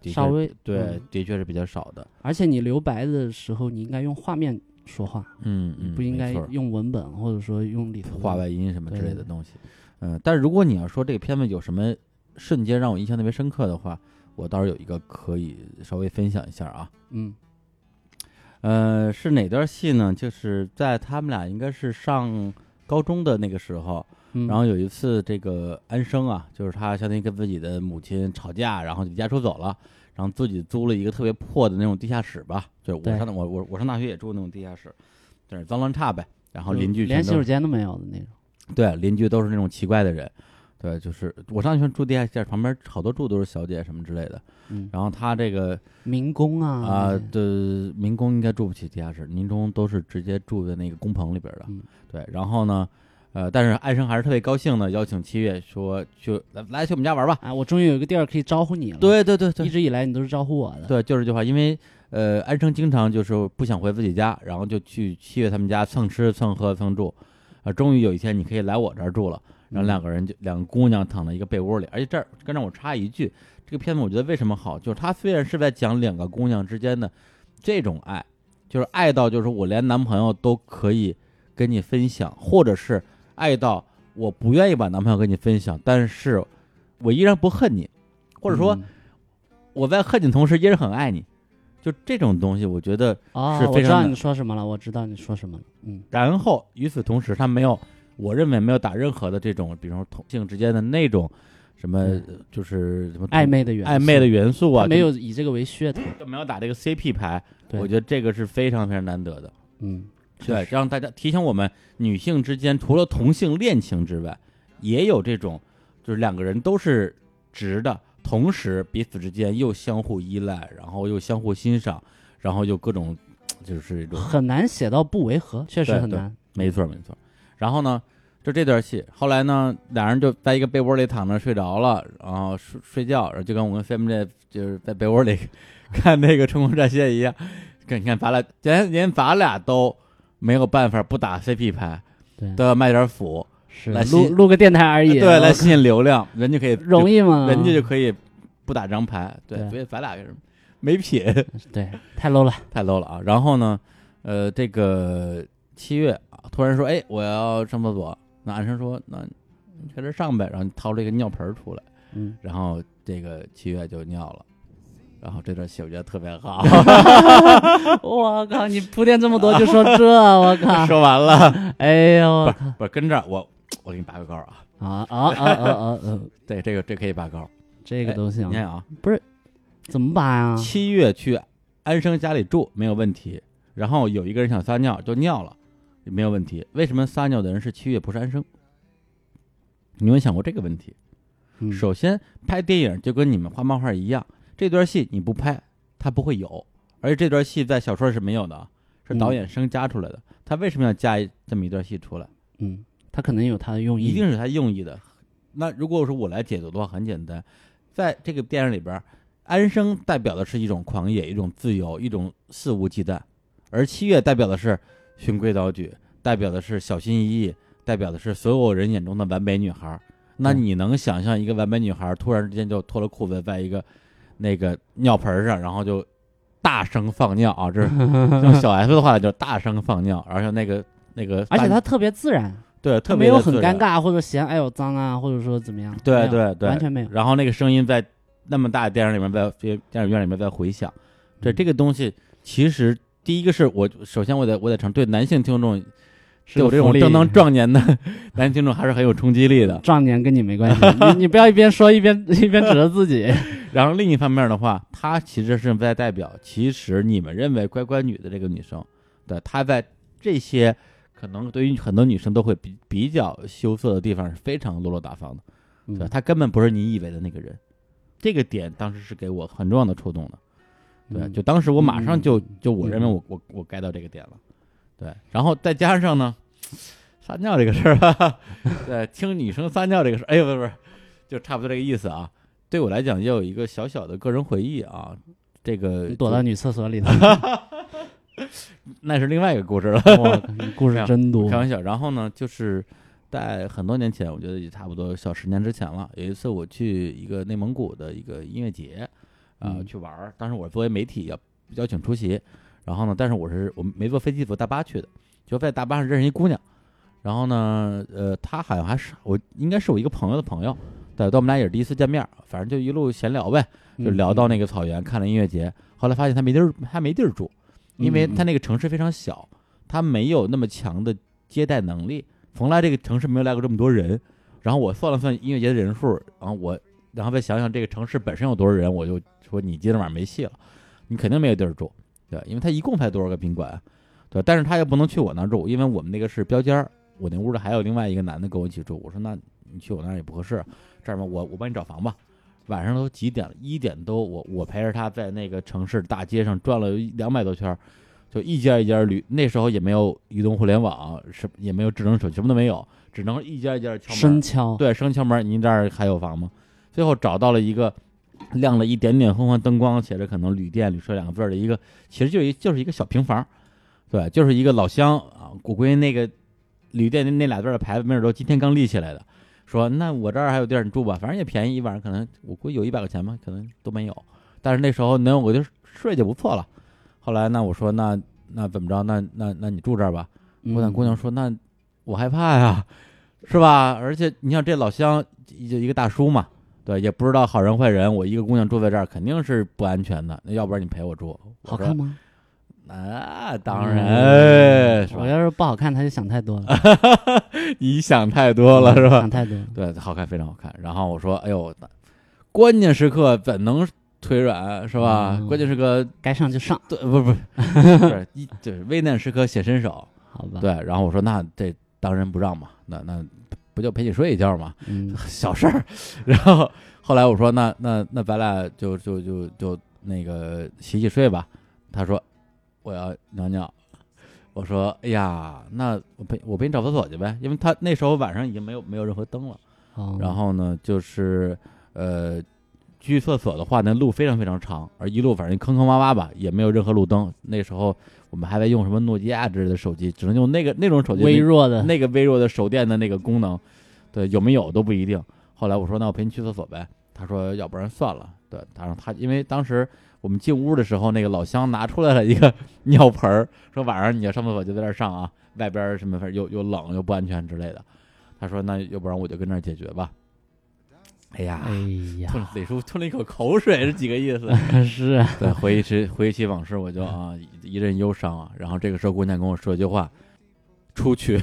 S1: 的确
S2: 稍微
S1: 对、
S2: 嗯
S1: 的确是比较少的。
S2: 而且你留白的时候，你应该用画面说话，
S1: 嗯，嗯
S2: 不应该
S1: 没错
S2: 用文本或者说用里头的
S1: 画外音什么之类
S2: 对对
S1: 的
S2: 对
S1: 东西。嗯，但如果你要说这个片子有什么瞬间让我印象特别深刻的话，我倒是有一个可以稍微分享一下啊。
S2: 嗯
S1: 呃，是哪段戏呢？就是在他们俩应该是上高中的那个时候，
S2: 嗯，
S1: 然后有一次这个安生啊，就是他相当于跟自己的母亲吵架，然后离家出走了，然后自己租了一个特别破的那种地下室吧，就是
S2: 对
S1: 我上的我我我上大学也住那种地下室，就是脏乱差呗。然后
S2: 就
S1: 邻居全
S2: 连
S1: 都
S2: 洗手间都没有的那种，
S1: 对，邻居都是那种奇怪的人。对，就是我上学住地下室，旁边好多住都是小姐什么之类的。
S2: 嗯，
S1: 然后他这个
S2: 民工啊
S1: 啊、
S2: 那些
S1: 对，民工应该住不起地下室，民工都是直接住在那个工棚里边的。
S2: 嗯
S1: 对，然后呢，呃，但是安生还是特别高兴的，邀请七月说去来来去我们家玩吧。
S2: 啊，我终于有一个地儿可以招呼你了，，
S1: 对对对对
S2: 嗯一，直以来你都是招呼我的，
S1: 对，就是这句话，因为呃，安生经常就是不想回自己家，然后就去七月他们家蹭吃蹭喝蹭住，啊、终于有一天你可以来我这儿住了。
S2: 嗯
S1: 然后两个人就两个姑娘躺在一个被窝里，而且这儿跟让我插一句，这个片子我觉得为什么好，就是它虽然是在讲两个姑娘之间的这种爱，就是爱到就是我连男朋友都可以跟你分享，或者是爱到我不愿意把男朋友跟你分享，但是我依然不恨你，或者说
S2: 嗯，
S1: 我在恨你同时依然很爱你，就这种东西，我觉得。
S2: 哦
S1: 是，
S2: 我
S1: 非
S2: 知
S1: 常
S2: 道
S1: 的
S2: 你说什么了，我知道你说什么了，嗯
S1: 然后与此同时，他没有我认为没有打任何的这种，比如说同性之间的那种什么，就是什么
S2: 嗯暧昧的元素
S1: 暧昧的元素啊，
S2: 他没有以这个为噱头，
S1: 就没有打这个 CP 牌，
S2: 对
S1: 我觉得这个是非常非常难得的。
S2: 嗯，
S1: 对，让大家提醒我们，女性之间除了同性恋情之外，也有这种，就是两个人都是直的，同时彼此之间又相互依赖，然后又相互欣赏，然后又各种，就是一种，
S2: 很难写到不违和，确实
S1: 对
S2: 很
S1: 对
S2: 难。
S1: 没错没错。然后呢，就这段戏，后来呢，俩人就在一个被窝里躺着睡着了，然后睡睡觉，然后就跟我跟 f a m i 就是在被窝里看那个《冲锋战线》一样，跟 你看咱俩，连连咱俩都没有办法不打 CP 牌。
S2: 对，
S1: 都要卖点腐，
S2: 是
S1: 来
S2: 录
S1: 吸
S2: 录个电台而已，
S1: 对，来吸引流量，人家可以
S2: 容易吗？
S1: 人家就可 以不打张牌，对，
S2: 对
S1: 所以咱俩是没品，
S2: 对，太 low 了，
S1: 太 low 了啊。然后呢，呃，这个七月啊，突然说，哎，我要上厕所，那安生说，那你在这上呗，然后掏了一个尿盆儿出来，
S2: 嗯，
S1: 然后这个七月就尿了。然后这段戏我觉得特别好，
S2: 我靠，你铺垫这么多就说 这，我靠，
S1: 说完 了，
S2: 哎呦，我靠，
S1: 不是跟这儿我我给你拔个高啊，
S2: 啊啊啊啊啊啊！
S1: 对，这个这可以拔高，
S2: 这个
S1: 哎
S2: 东西啊
S1: 你，看啊，
S2: 怎么啊拔呀？
S1: 七月去安生家里住没有问题，然后有一个人想撒尿就尿了，也没有问题。为什么撒尿的人是七月不是安生？你们想过这个问题？
S2: 嗯
S1: 首先，拍电影就跟你们画漫画一样，这段戏你不拍，它不会有，而且这段戏在小说是没有的啊，是导演生加出来的。他为什么要加一这么一段戏出来？
S2: 嗯，它可能有它的用意，
S1: 一定是他用意的。那如果说我来解读的话，很简单，在这个电影里边儿，安生代表的是一种狂野、一种自由、一种肆无忌惮，而七月代表的是循规蹈矩，代表的是小心翼翼，代表的是所有人眼中的完美女孩儿。那
S2: 嗯
S1: 你能想象一个完美女孩儿突然之间就脱了裤子，在一个那个尿盆儿上，然后就大声放尿 啊？这是用小 S 的话就是大声放尿，而且那个那个大，
S2: 而且它特别自然，
S1: 对
S2: 它
S1: 特
S2: 没
S1: 别
S2: 有
S1: 地
S2: 很
S1: 自然
S2: 尴尬或者嫌哎呦脏啊，或者说怎么样，
S1: 对
S2: 没有
S1: 对对
S2: 完全没有，
S1: 然后那个声音在那么大的电影里面在，在电影院里面在回响。
S2: 嗯
S1: 对这个东西，其实第一个是我首先我得我得承对男性听众，
S2: 是
S1: 对我这种
S2: 福利
S1: 正 当壮年的男性听众还是很有冲击力的。
S2: 壮年跟你没关系，你你不要一边说一边一边指着自己，
S1: 然后另一方面的话，她其实是在代表，其实你们认为乖乖女的这个女生，对她在这些可能对于很多女生都会比比较羞涩的地方是非常落落大方的。
S2: 嗯
S1: 对，他根本不是你以为的那个人。这个点当时是给我很重要的触动的， 对，
S2: 嗯
S1: 就当时我马上就
S2: 嗯
S1: 就我认为我我我 get 到这个点了，对，然后再加上呢，撒尿这个事儿吧， 对，听女生撒尿这个事儿，哎呦不是不是，就差不多这个意思啊。对我来讲，也有一个小小的个人回忆啊，这个
S2: 你躲到女厕 所里头，
S1: 那是另外一个故事了。
S2: 哇，你故
S1: 啊
S2: 事真多
S1: 开，玩笑。然后呢，就是在很多年前，我觉得也差不多小十年之前了。有一次我去一个内蒙古的一个音乐节，啊、
S2: 嗯
S1: 去玩儿。当时我作为媒体要邀请出席，然后呢，但是我是我没坐飞机，坐大巴去的，就在大巴上认识一姑娘。然后呢，呃，她好像还是我应该是我一个朋友的朋友，对，但我们俩也是第一次见面，反正就一路闲聊呗，
S2: 嗯
S1: 就聊到那个草原，看了音乐节。后来发现她没地儿，她没地儿住，因为
S2: 嗯嗯
S1: 他那个城市非常小，他没有那么强的接待能力，从来这个城市没有来过这么多人。然后我算了算音乐节的人数，然后我，然后再想想这个城市本身有多少人，我就说你今天晚上没戏了，你肯定没有地儿住，对，因为他一共才多少个宾馆，对，但是他又不能去我那儿住，因为我们那个是标间儿，我那屋里还有另外一个男的跟我一起住，我说那你去我那儿也不合适，这样吧，我我帮你找房吧。晚上都几点了？一点多，我我陪着他在那个城市大街上转了两百多圈儿，就一家一家旅，那时候也没有移动互联网，什么也没有智能手机，什么都没有，只能一家一家敲门
S2: 嗯深。敲，
S1: 对，生敲门，您这儿还有房吗？最后找到了一个亮了一点点昏黄灯光，写着可能旅店、旅社两个字儿的一个，其实就是一就是一个小平房，对，就是一个老乡啊。我估计那个旅店那那俩字儿的牌子，没准都今天刚立起来的。说那我这儿还有地儿，你住吧，反正也便宜，一晚上可能我估计有一百块钱吧，可能都没有。但是那时候能有我就睡就不错了。后来那我说那那怎么着？那那那你住这儿吧。
S2: 嗯
S1: 我那姑娘说：“那我害怕呀，是吧？而且你像这老乡，就一个大叔嘛，对，也不知道好人坏人。我一个姑娘住在这儿，肯定是不安全的。那要不然你陪我住？”我
S2: 好
S1: 说
S2: 看吗？
S1: 那当
S2: 嗯
S1: 然，是
S2: 我
S1: 吧？
S2: 要是不好看，他就想太多了，
S1: 你想太多了是吧
S2: 想？太多了。
S1: 对，好看，非常好看。然后我说，哎呦，关键时刻怎能腿软是吧？
S2: 嗯
S1: 关键时刻，
S2: 该上就上，
S1: 对，不 不不是一，就是危难时刻显身手。
S2: 好吧？
S1: 对，，然后我说那这当仁不让嘛，那那不就陪你睡一觉嘛，
S2: 嗯，
S1: 小事儿。然后后来我说那那那咱俩就就就就那个洗洗睡吧。他说我要尿尿。我说哎呀，那我陪我陪你找厕所去呗，因为他那时候晚上已经没有没有任何灯了。
S2: 哦
S1: 然后呢，就是呃，去厕所的话，那路非常非常长，而一路反正坑坑洼洼吧，也没有任何路灯。那时候我们还在用什么诺基亚之类的手机，只能用那个那种手机，
S2: 微弱的，
S1: 那个微弱的手电的那个功能，对，有没有都不一定。后来我说，那我陪你去厕所呗。他说，要不然算了。对，他说他因为当时我们进屋的时候，那个老乡拿出来了一个尿盆儿，说晚上你要上厕所就在这儿上啊，外边儿什么反正又又冷又不安全之类的。他说，那要不然我就跟这儿解决吧。哎呀，
S2: 哎呀，
S1: 吞得出吞了一口口水是几个意思？
S2: 是啊，
S1: 对，回忆起回忆起往事，我就啊一一阵忧伤啊。然后这个时候，姑娘跟我说一句话：“出去。”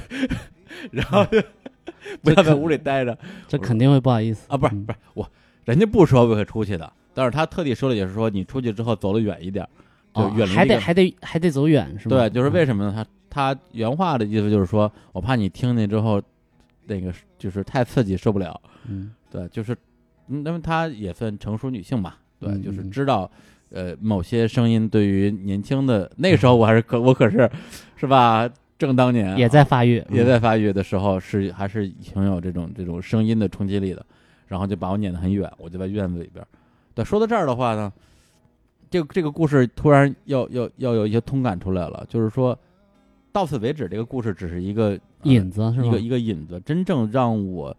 S1: 然后
S2: 嗯
S1: 就 不要在屋里待着
S2: 这肯定会不好意思
S1: 啊！不是
S2: 嗯
S1: 不是，我人家不说不可以出去的，但是他特地说了，也是说你出去之后走得远一点，就
S2: 哦
S1: 远离
S2: 还
S1: 这
S2: 得
S1: 个
S2: 还得还得走远是吧？
S1: 对，就是为
S2: 嗯
S1: 什么呢？他他原话的意思就是说，我怕你听见之后，那个就是太刺激受不了。
S2: 嗯
S1: 对，就是，嗯那么她也算成熟女性嘛，对，
S2: 嗯
S1: 就是
S2: 嗯
S1: 知道，呃，某些声音对于年轻的那时候，我还是可我可是，是吧？正当年啊
S2: 也在发育，
S1: 也
S2: 嗯
S1: 在发育的时候是，还是挺有这种这种声音的冲击力的，然后就把我撵得很远，我就在院子里边儿。对，说到这儿的话呢，这个这个故事突然要要要有一些通感出来了，就是说，到此为止，这个故事只是一个呃
S2: 引子是吧？
S1: 一个一个引子，真正让我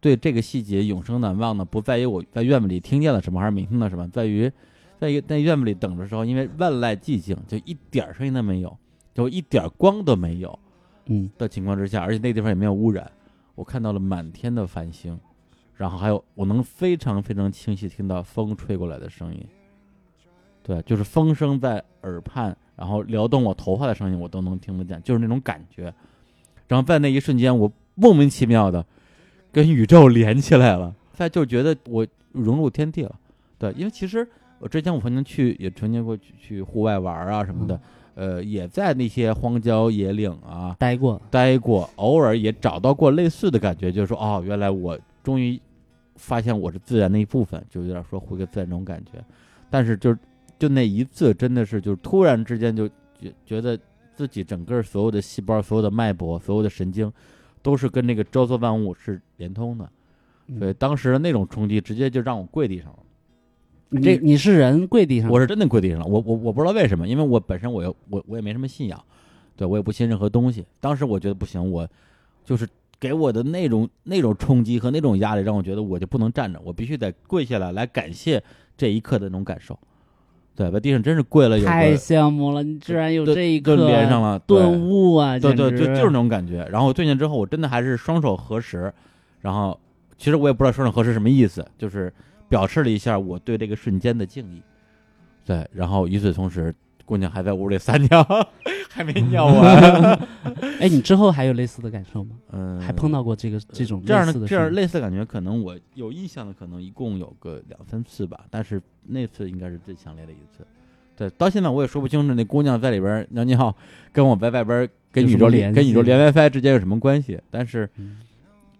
S1: 对这个细节永生难忘的，不在于我在院子里听见了什么还是没听到什么，在于在于在院子里等的时候，因为万籁寂静，就一点儿声音都没有，就一点儿光都没有
S2: 嗯，
S1: 的情况之下，而且那个地方也没有污染，我看到了满天的繁星，然后还有我能非常非常清晰听到风吹过来的声音，对，就是风声在耳畔，然后撩动我头发的声音我都能听得见，就是那种感觉。然后在那一瞬间，我莫名其妙的跟宇宙连起来了，再就觉得我融入天地了。对，因为其实我之前我曾经去也曾经过去去户外玩啊什么的，呃，也在那些荒郊野岭啊，
S2: 待过，
S1: 待过，偶尔也找到过类似的感觉，就是说，哦，原来我终于发现我是自然的一部分，就有点说回归自然那种感觉。但是就是就那一次，真的是就是突然之间就觉觉得自己整个所有的细胞、所有的脉搏、所有的神经，都是跟那个周遭万物是连通的。所以当时那种冲击，直接就让我跪地上了。
S2: 你
S1: 这
S2: 你是人跪地上，
S1: 我是真的跪地上了，我我我不知道为什么，因为我本身我又我我也没什么信仰，对我也不信任何东西。当时我觉得不行，我就是给我的那种那种冲击和那种压力，让我觉得我就不能站着，我必须得跪下来来感谢这一刻的那种感受。对，在地上真是跪了有
S2: 太
S1: 个
S2: 羡慕了，你居然有
S1: 就
S2: 这一
S1: 就
S2: 刻
S1: 连上了，对
S2: 顿悟啊！
S1: 对对，
S2: 简
S1: 就
S2: 直
S1: 就是那种感觉。然后对见之后，我真的还是双手合十，然后其实我也不知道双手合十什么意思，就是表示了一下我对这个瞬间的敬意。对，然后与此同时，姑娘还在屋里撒尿， 还没尿 完。
S2: 哎，你之后还有类似的感受吗？
S1: 嗯，
S2: 还碰到过这个这种
S1: 这样
S2: 类似的
S1: 这样
S2: 事吗
S1: 类似的感觉，可能我有印象的，可能一共有个两三次吧，但是那次应该是最强烈的一次。对，到现在我也说不清楚那姑娘在里边尿尿，跟我在外边跟
S2: 有
S1: 宇
S2: 什
S1: 宙
S2: 么
S1: 连
S2: 联
S1: 跟宇宙
S2: 系
S1: 连 WiFi 之间有什么关系，但是
S2: 嗯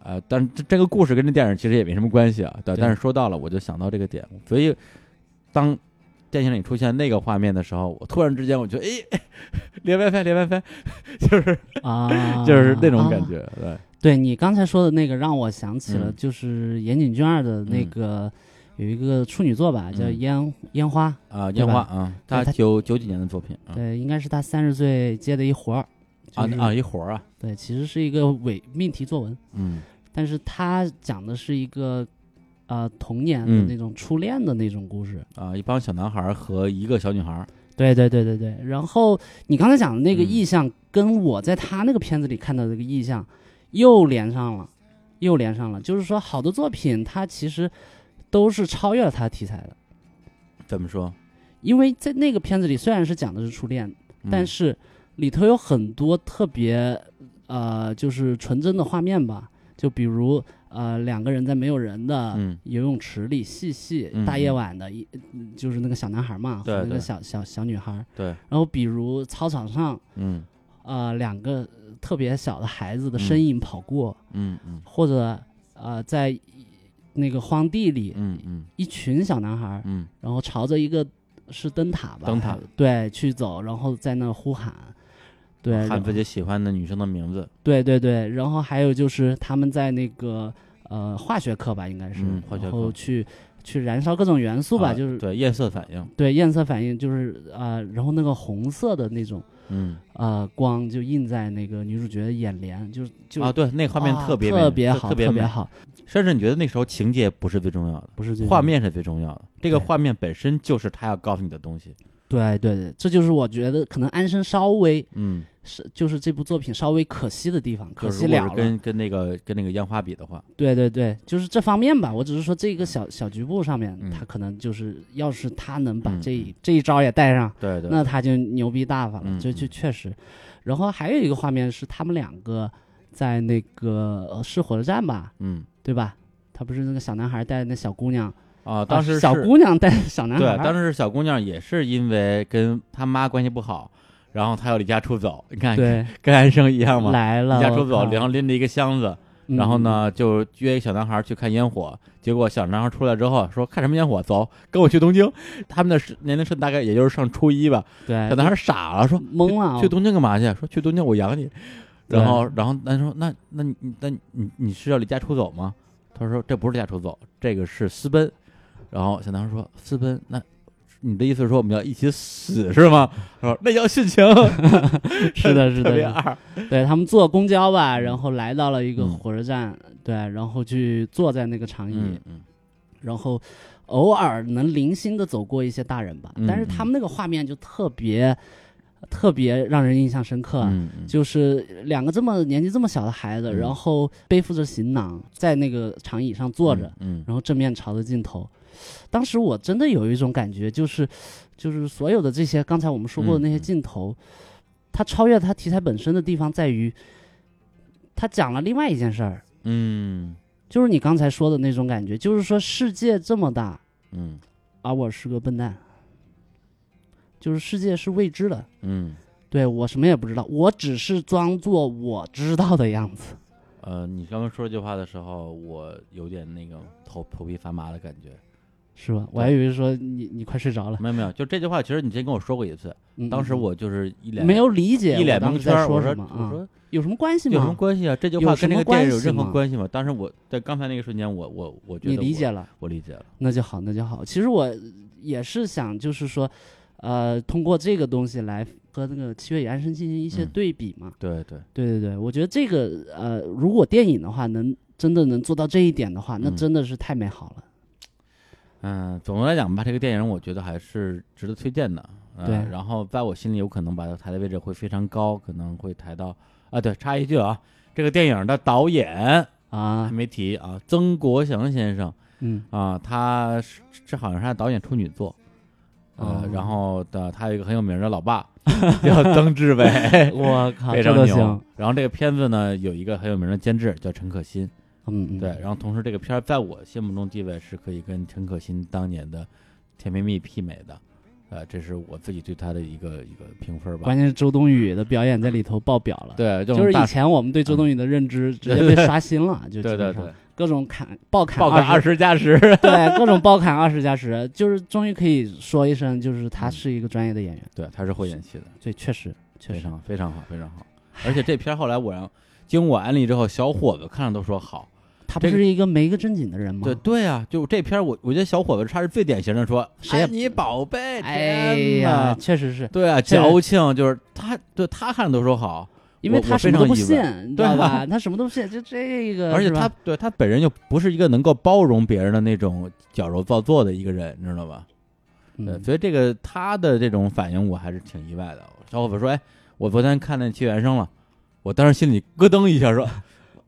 S1: 呃，但是这这个故事跟这电影其实也没什么关系啊。对，
S2: 对
S1: 但是说到了，我就想到这个点，所以当电影里出现那个画面的时候，我突然之间我觉得，哎， 连 WiFi 连 WiFi，就是
S2: 啊，
S1: 就是那种感
S2: 啊。
S1: 觉，对，
S2: 对你刚才说的那个，让我想起了
S1: 嗯
S2: 就是岩井俊二的那个有一个处女作吧，叫
S1: 嗯
S2: 烟烟花，
S1: 啊，
S2: 对
S1: 烟花
S2: 吧
S1: 啊，
S2: 对
S1: 他
S2: 它
S1: 九九几年的作品啊
S2: 对，应该是他三十岁接的一活儿
S1: 啊
S2: 就是
S1: 啊一活儿啊，
S2: 对，其实是一个伪命题作文，
S1: 嗯
S2: 但是他讲的是一个呃童年的
S1: 嗯
S2: 那种初恋的那种故事。
S1: 啊，一帮小男孩儿和一个小女孩儿，
S2: 对对对对对。然后你刚才讲的那个
S1: 嗯
S2: 意象，跟我在他那个片子里看到的这个意象又连上了，又连上了。就是说，好的作品它其实都是超越了它的题材的，
S1: 怎么说？
S2: 因为在那个片子里虽然是讲的是初恋，
S1: 嗯
S2: 但是里头有很多特别呃，就是纯真的画面吧，就比如呃两个人在没有人的
S1: 嗯
S2: 游泳池里嬉戏，
S1: 嗯
S2: 大
S1: 嗯
S2: 夜晚的一嗯就是那个小男孩嘛
S1: 对
S2: 和那
S1: 对
S2: 个小小小女孩，
S1: 对，
S2: 然后比如操场上
S1: 嗯
S2: 呃两个特别小的孩子
S1: 嗯
S2: 的身影跑过，
S1: 嗯嗯
S2: 或者呃在一那个荒地里
S1: 嗯嗯
S2: 一群小男孩儿，
S1: 嗯
S2: 然后朝着一个是灯塔吧，
S1: 灯塔
S2: 对去走，然后在那儿呼喊，对，
S1: 嗯，喊
S2: 然
S1: 自己喜欢的女生的名字，
S2: 对对对，然后还有就是他们在那个呃化学课吧，应该是、
S1: 嗯化学
S2: 然
S1: 课
S2: 后去去燃烧各种元素吧，
S1: 啊
S2: 就是
S1: 对夜色反应，
S2: 对焰色反应，就是啊、呃然后那个红色的那种
S1: 嗯
S2: 呃光就映在那个女主角的眼帘，就是就
S1: 啊，对，那画面
S2: 啊
S1: 特别美
S2: 特别
S1: 特
S2: 好，
S1: 特别美
S2: 好，
S1: 甚至你觉得那时候情节不是最重要的，
S2: 不是这种
S1: 画。面是最重要的。这个
S2: 对
S1: 画面本身就是他要告诉你的东西。
S2: 对对对，这就是我觉得可能安生稍微
S1: 嗯，
S2: 是就是这部作品稍微可惜的地方，可
S1: 就是
S2: 惜
S1: 如果
S2: 了
S1: 是
S2: 了。
S1: 跟跟那个跟那个烟花比的话，
S2: 对对对，就是这方面吧。我只是说这个小小局部上面，
S1: 嗯
S2: 他可能就是要是他能把
S1: 嗯
S2: 这一、这一招也带上，
S1: 对对，
S2: 那他就牛逼大发了。
S1: 嗯
S2: 这就
S1: 嗯
S2: 确实。然后还有一个画面是他们两个在那个呃是火车站吧，
S1: 嗯
S2: 对吧？他不是那个小男孩带那小姑娘，
S1: 啊，当时
S2: 啊小
S1: 是
S2: 姑娘带小男孩
S1: 对
S2: 儿，，
S1: 当时是小姑娘也是因为跟她妈关系不好，然后她要离家出走，你看
S2: 对
S1: 跟安哎生一样嘛，
S2: 来了，
S1: 离家出
S2: 我
S1: 走，
S2: 靠
S1: 然后拎着一个箱子，然后？
S2: 嗯
S1: 呢就约一个小男孩去看烟火，结果小男孩出来之后说看什么烟火，走，跟我去东京。他们的是年龄是大概也就是上初一吧，
S2: 嗯对，
S1: 小男孩傻了，说
S2: 懵了，啊
S1: 去东京干嘛去？说去东京我养你。
S2: 对
S1: 然后，然后男生说：“那那你那你你你是要离家出走吗？”他说：“这不是离家出走，这个是私奔。”然后小男孩说：“私奔？那你的意思是说我们要一起死是吗？”他说：“那叫殉情。
S2: 哦是的，
S1: 特
S2: 是
S1: 别
S2: 的，是的
S1: 二。
S2: 对他们坐公交吧，
S1: 嗯
S2: 然后来到了一个
S1: 嗯
S2: 火车站，对，然后去坐在那个长椅，
S1: 嗯嗯
S2: 然后偶尔能零星的走过一些大人吧，
S1: 嗯
S2: 但是他们那个画面就特别特别让人印象深刻。啊
S1: 嗯嗯
S2: 就是两个这么年纪这么小的孩子，
S1: 嗯
S2: 然后背负着行囊在那个长椅上坐着，
S1: 嗯
S2: 然后正面朝着镜头。当时我真的有一种感觉，就是，就是所有的这些刚才我们说过的那些镜
S1: 嗯
S2: 头，它超越它题材本身的地方在于，它讲了另外一件事儿，
S1: 嗯
S2: 就是你刚才说的那种感觉，就是说世界这么大，
S1: 嗯
S2: 而我是个笨蛋，就是世界是未知的，
S1: 嗯
S2: 对我什么也不知道，我只是装作我知道的样子。
S1: 呃，你刚刚说这句话的时候，我有点那个头头皮发麻的感觉。
S2: 是吧？我还以为说你你快睡着了。
S1: 没有没有，就这句话，其实你之前跟我说过一次，
S2: 嗯
S1: 当时我就是一脸
S2: 没有理解
S1: 一脸
S2: 我当
S1: 蒙
S2: 时
S1: 圈
S2: 在
S1: 儿。
S2: 说
S1: 我
S2: 什
S1: 说
S2: 么
S1: 我
S2: 啊？
S1: 说
S2: 有什么关系吗？
S1: 有什么关系啊？这句
S2: 有
S1: 话
S2: 什
S1: 跟这
S2: 么
S1: 个电影
S2: 关
S1: 有
S2: 系
S1: 任何
S2: 吗
S1: 关系吗？当时我在刚才那个瞬间，我我我觉得
S2: 你理
S1: 我
S2: 解，了，
S1: 我理解了。
S2: 那就好，那就好。其实我也是想，就是说，呃，通过这个东西来和那个《七月与安生》进行一些
S1: 嗯
S2: 对比嘛。
S1: 对对，
S2: 对对对，我觉得这个呃，如果电影的话能真的能做到这一点的话，那
S1: 嗯
S2: 真的是太美好了。
S1: 嗯，总的来讲吧，这个电影我觉得还是值得推荐的。呃
S2: 对
S1: 然后在我心里，有可能把它抬的位置会非常高，可能会抬到啊，对，插一句啊，这个电影的导演还
S2: 啊，
S1: 没提啊，曾国祥先生
S2: 嗯，
S1: 啊，他是这好像是他的导演处女作。呃
S2: 哦，
S1: 然后的他有一个很有名的老爸， 叫曾志 伟，
S2: 我靠，
S1: 非
S2: 啊这
S1: 常
S2: 都
S1: 牛。
S2: 行，
S1: 然后这个片子呢，有一个很有名的监制叫陈可辛，
S2: 嗯嗯，
S1: 对。然后同时这个片儿在我心目中地位是可以跟陈可辛当年的《甜蜜蜜》媲美的，呃，这是我自己对他的一个一个评分吧
S2: 关。键是周冬雨的表演在里头爆表了。
S1: 对，这
S2: 就
S1: 种
S2: 是
S1: 大
S2: 以前我们对周冬雨的认知直接被刷新了，就
S1: 对对
S2: 基本
S1: 对
S2: 上，各种砍爆砍
S1: 爆
S2: 二
S1: 款
S2: 十
S1: 二十加 十，
S2: 对，各种爆砍二十加十，就是终于可以说一声，就是他是一个专业的演员，
S1: 对，他是会演戏的，
S2: 对，确实确
S1: 非
S2: 实，
S1: 常非常好，非常好。而且这片儿后来我让经我安利之后，小伙子看了都说 好。
S2: 他不
S1: 这个
S2: 是一个没个正经的人吗？
S1: 对对啊，就这片儿我我觉得小伙子他是最典型的说
S2: 谁也
S1: 爱你宝贝，
S2: 哎
S1: 天
S2: 呀
S1: 哪，
S2: 确实是
S1: 对啊，
S2: 这
S1: 矫情就是他，对他看都说好，
S2: 因为
S1: 我
S2: 他
S1: 我
S2: 什
S1: 非
S2: 么
S1: 常
S2: 都不
S1: 意
S2: 信
S1: 外，
S2: 你知道
S1: 对啊
S2: 吧？他什么都不信，就这个，
S1: 而且
S2: 是吧
S1: 他对他本人就不是一个能够包容别人的那种矫揉造作的一个人，你知道吧？对，
S2: 嗯
S1: 所以这个他的这种反应我还是挺意外的。小伙伴说：“哎，我昨天看那《七原生》了。”我当时心里咯噔一下， 说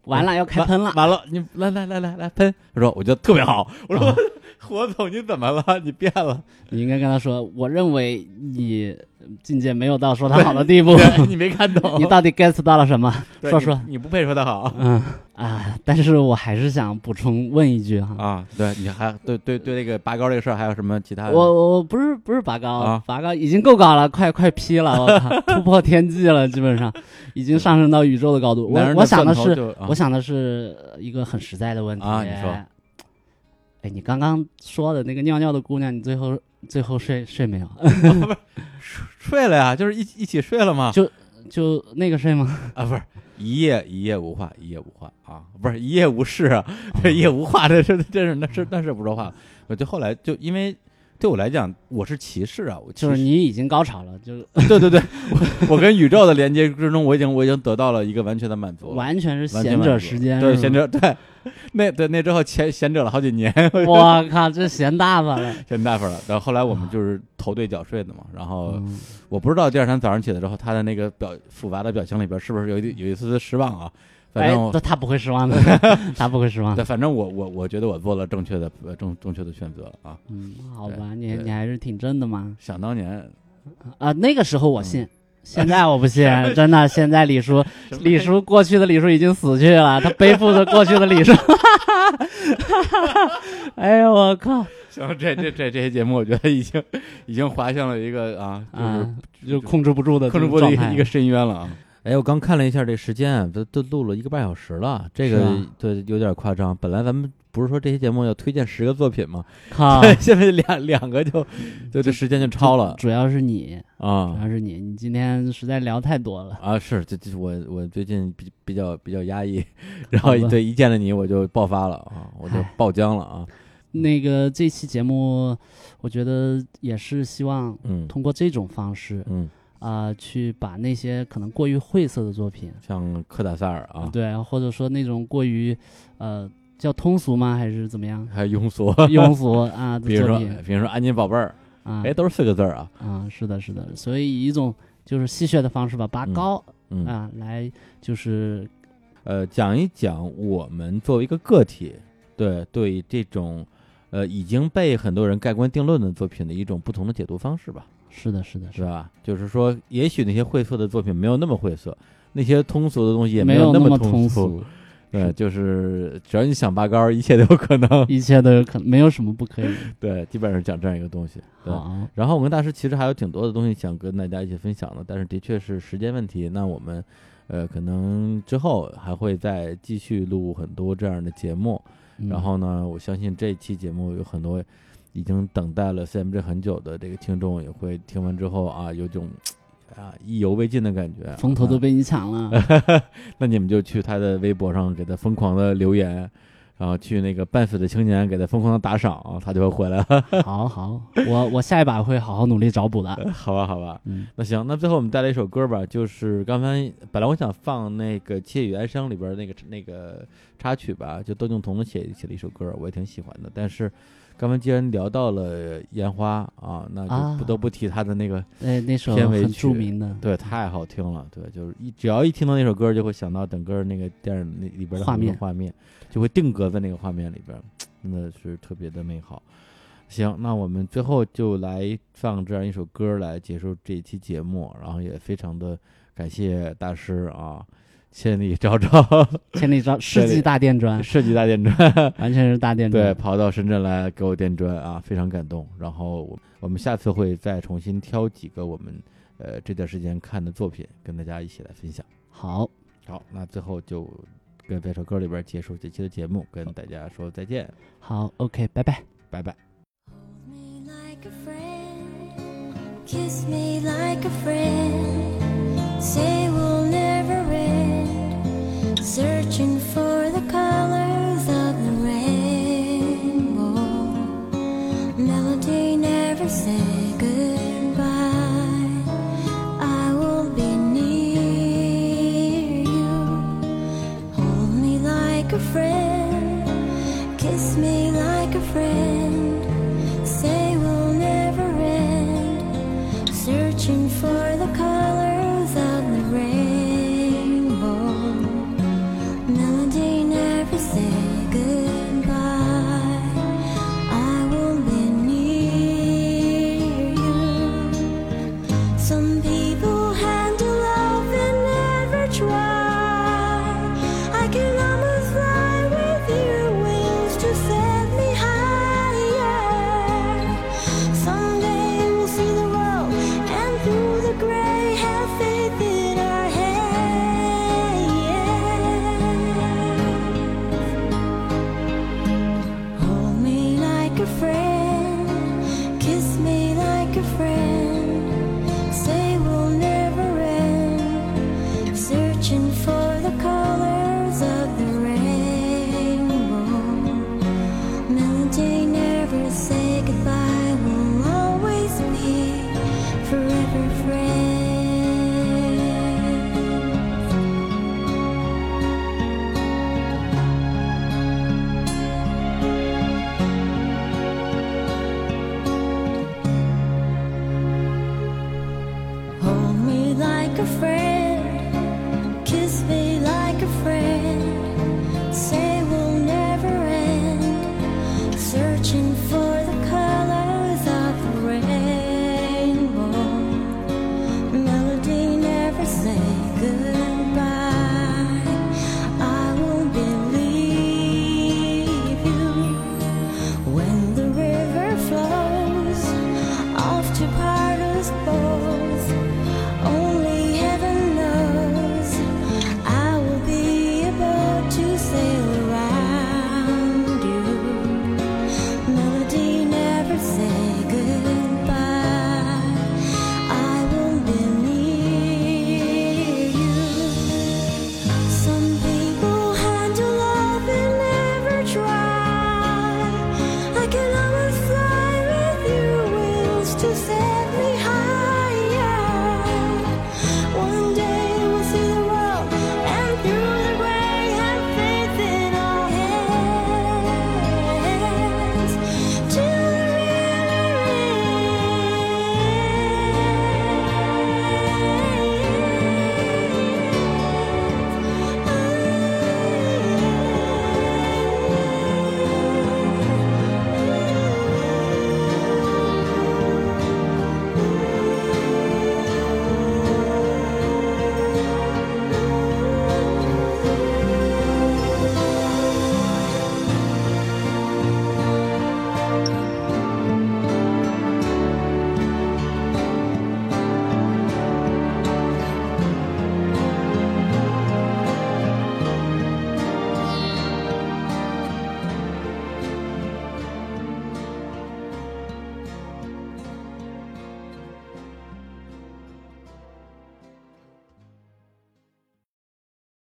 S2: 完了要开喷了
S1: 完，完了，你来来来来来喷。他说：“我觉得特别好。”我说
S2: 啊：“
S1: 火总，你怎么了？你变了。
S2: 你应该跟他说，我认为你境界没有到说他好的地步。
S1: 对 你没看懂，
S2: 你到底 get 到了什么？
S1: 对
S2: 说
S1: 你
S2: 说
S1: 你不配说的好
S2: 嗯啊，但是我还是想补充问一句哈，
S1: 啊！对，你还对对对那个拔高这个事儿还有什么其他的？
S2: 我我不是不是拔高，
S1: 啊
S2: 拔高已经够高了，快快劈了，我靠，突破天际了，基本上已经上升到宇宙的高度。
S1: 男人
S2: 我我想
S1: 的
S2: 的
S1: 蒜头
S2: 是，
S1: 就啊
S2: 我想的是呃一个很实在的问题
S1: 啊你说
S2: 哎，你刚刚说的那个尿尿的姑娘，你最后最后睡 睡没有？呃
S1: 睡了呀，就是一一起睡了嘛。
S2: 就就那个睡吗？
S1: 啊，不是一夜一夜无话，一夜无话啊，不是一夜无事啊，这一夜无话，这是这是那是那是不说话。我就后来就因为对我来讲，我是骑士啊，我骑
S2: 就是
S1: 士
S2: 你已经高潮了，就是
S1: 对对对， 我我跟宇宙的连接之中，我已经我已经得到了一个完全的满足了，
S2: 完全是
S1: 完全
S2: 贤
S1: 满
S2: 者
S1: 足
S2: 时
S1: 了
S2: 间，
S1: 对
S2: 是
S1: 贤
S2: 吗。
S1: 者对，那对那之后闲闲者了好几年，
S2: 我靠，这闲大发 了。
S1: 闲大发了。然后后来我们就是头对脚睡的嘛，然后
S2: 嗯
S1: 我不知道第二天早上起来之后，他的那个表复杂的表情里边是不是有一点有一丝丝失望啊？反
S2: 哎
S1: 正，我
S2: 他他不会失望 的，他不会失望的
S1: 对，。反正我我我觉得我做了正确的呃正正确的选择啊。
S2: 嗯，好
S1: 对
S2: 吧，你
S1: 对
S2: 你还是挺正的嘛。
S1: 想当年，
S2: 啊，那个时候我信，现在我不 信，真的。现在李 叔，李叔过去的李叔已经死去了，他背负着过去的 李叔。哎呦我靠！
S1: 行，这这这这些节目，我觉得已经已经滑向了一个啊，
S2: 啊，
S1: 就是
S2: 就控制不住的
S1: 控制不住
S2: 这种
S1: 一
S2: 状
S1: 个
S2: 态
S1: 一个深渊了啊。 哎，我刚看了一下这时间，啊都都录了一个半小时了，这
S2: 是
S1: 个
S2: 吧
S1: 对有点夸张。本来咱们不是说这些节目要推荐十个作品吗？，
S2: 靠
S1: 现在两两个就就这时间就超了
S2: 主要是你，主
S1: 啊
S2: 要是你，你今天实在聊太多了。
S1: 啊！是，这这我我最近比比较比较压 抑，然后
S2: 好吧
S1: 对一见了你我就爆发了啊，我就
S2: 唉
S1: 爆浆了啊，
S2: 那个这期节目，我觉得也是希望
S1: 嗯
S2: 通过这种方式
S1: 嗯，
S2: 啊、去把那些可能过于晦涩的作品，
S1: 像科达塞尔啊，？
S2: 对，或者说那种过于呃叫通俗吗？还是怎么样
S1: 还有庸俗，
S2: 庸俗啊
S1: 比
S2: 的
S1: 如说
S2: 作品
S1: 比如说安妮宝贝儿，
S2: 啊
S1: 哎，都是四个字儿啊，
S2: 啊，是的，是的，所以以一种就是戏谑的方式吧，拔
S1: 嗯
S2: 高、
S1: 嗯
S2: 啊来就是
S1: 呃，讲一讲我们作为一个个体，对对这种，呃，已经被很多人盖棺定论的作品的一种不同的解读方式吧，
S2: 是的，是的，
S1: 是
S2: 是的
S1: 吧？就是说，也许那些晦涩的作品没有那么晦涩，那些通俗的东西也
S2: 没
S1: 有
S2: 有
S1: 那
S2: 么
S1: 通
S2: 俗，，
S1: 对，就是只要你想拔高，一切都有可能。
S2: 一切都有可能，没有什么不可以。
S1: 对，基本上讲这样一个东西。对，
S2: 好，
S1: 然后我跟大师其实还有挺多的东西想跟大家一起分享的，但是的确是时间问题。那我们，呃，可能之后还会再继续录很多这样的节目。
S2: 嗯
S1: 然后呢，我相信这一期节目有很多已经等待了 CMG 很久的这个听众也会听完之后啊，有种啊意犹未尽的感觉。
S2: 风头都
S1: 被、
S2: 被你抢了，
S1: 那你们就去他的微博上给他疯狂的留言，然后去那个半死的青年给他疯狂的打赏，啊他就会回来了。
S2: 好好，我我下一把会好好努力找补的。
S1: 好吧，好吧。
S2: 嗯，
S1: 那行，那最后我们带来一首歌吧，就是刚才本来我想放那个《窃语哀伤》里边那个那个插曲吧，就窦靖童的写写的一首歌，我也挺喜欢的。但是刚才既然聊到了烟花啊，那就
S2: 啊
S1: 不得不提他的那个，
S2: 那呃那首
S1: 片尾
S2: 很
S1: 曲
S2: 著名的，
S1: 对，太好听了，对，就是一只要一听到那首歌，就会想到整个那个电影那里边的
S2: 画
S1: 很多
S2: 面
S1: 画面，就会定格在那个画面里边，真的是特别的美好。行，那我们最后就来放这样一首歌来结束这一期节目，然后也非常的感谢大师啊，千里昭昭
S2: 千 里砖世
S1: 对
S2: 纪大电 砖，
S1: 设计大电砖，
S2: 完全是大电
S1: 对，
S2: 砖。
S1: 跑到深圳来给我电砖啊，非常感动。然后我我们下次会再重新挑几个我们呃这段时间看的作品，跟大家一起来分享。
S2: 好，
S1: 好，那最后就跟这首歌里边结束这期的节目，跟大家说再见，
S2: 好，OK，拜拜。
S1: 拜拜。
S4: Hold me like a friend, kiss me like a friend, say we'll never end. Searching for the colors of the rainbow, melody never say goodbye. I will be near you. Hold me like a friend, kiss me like a friend. Mm-hmm.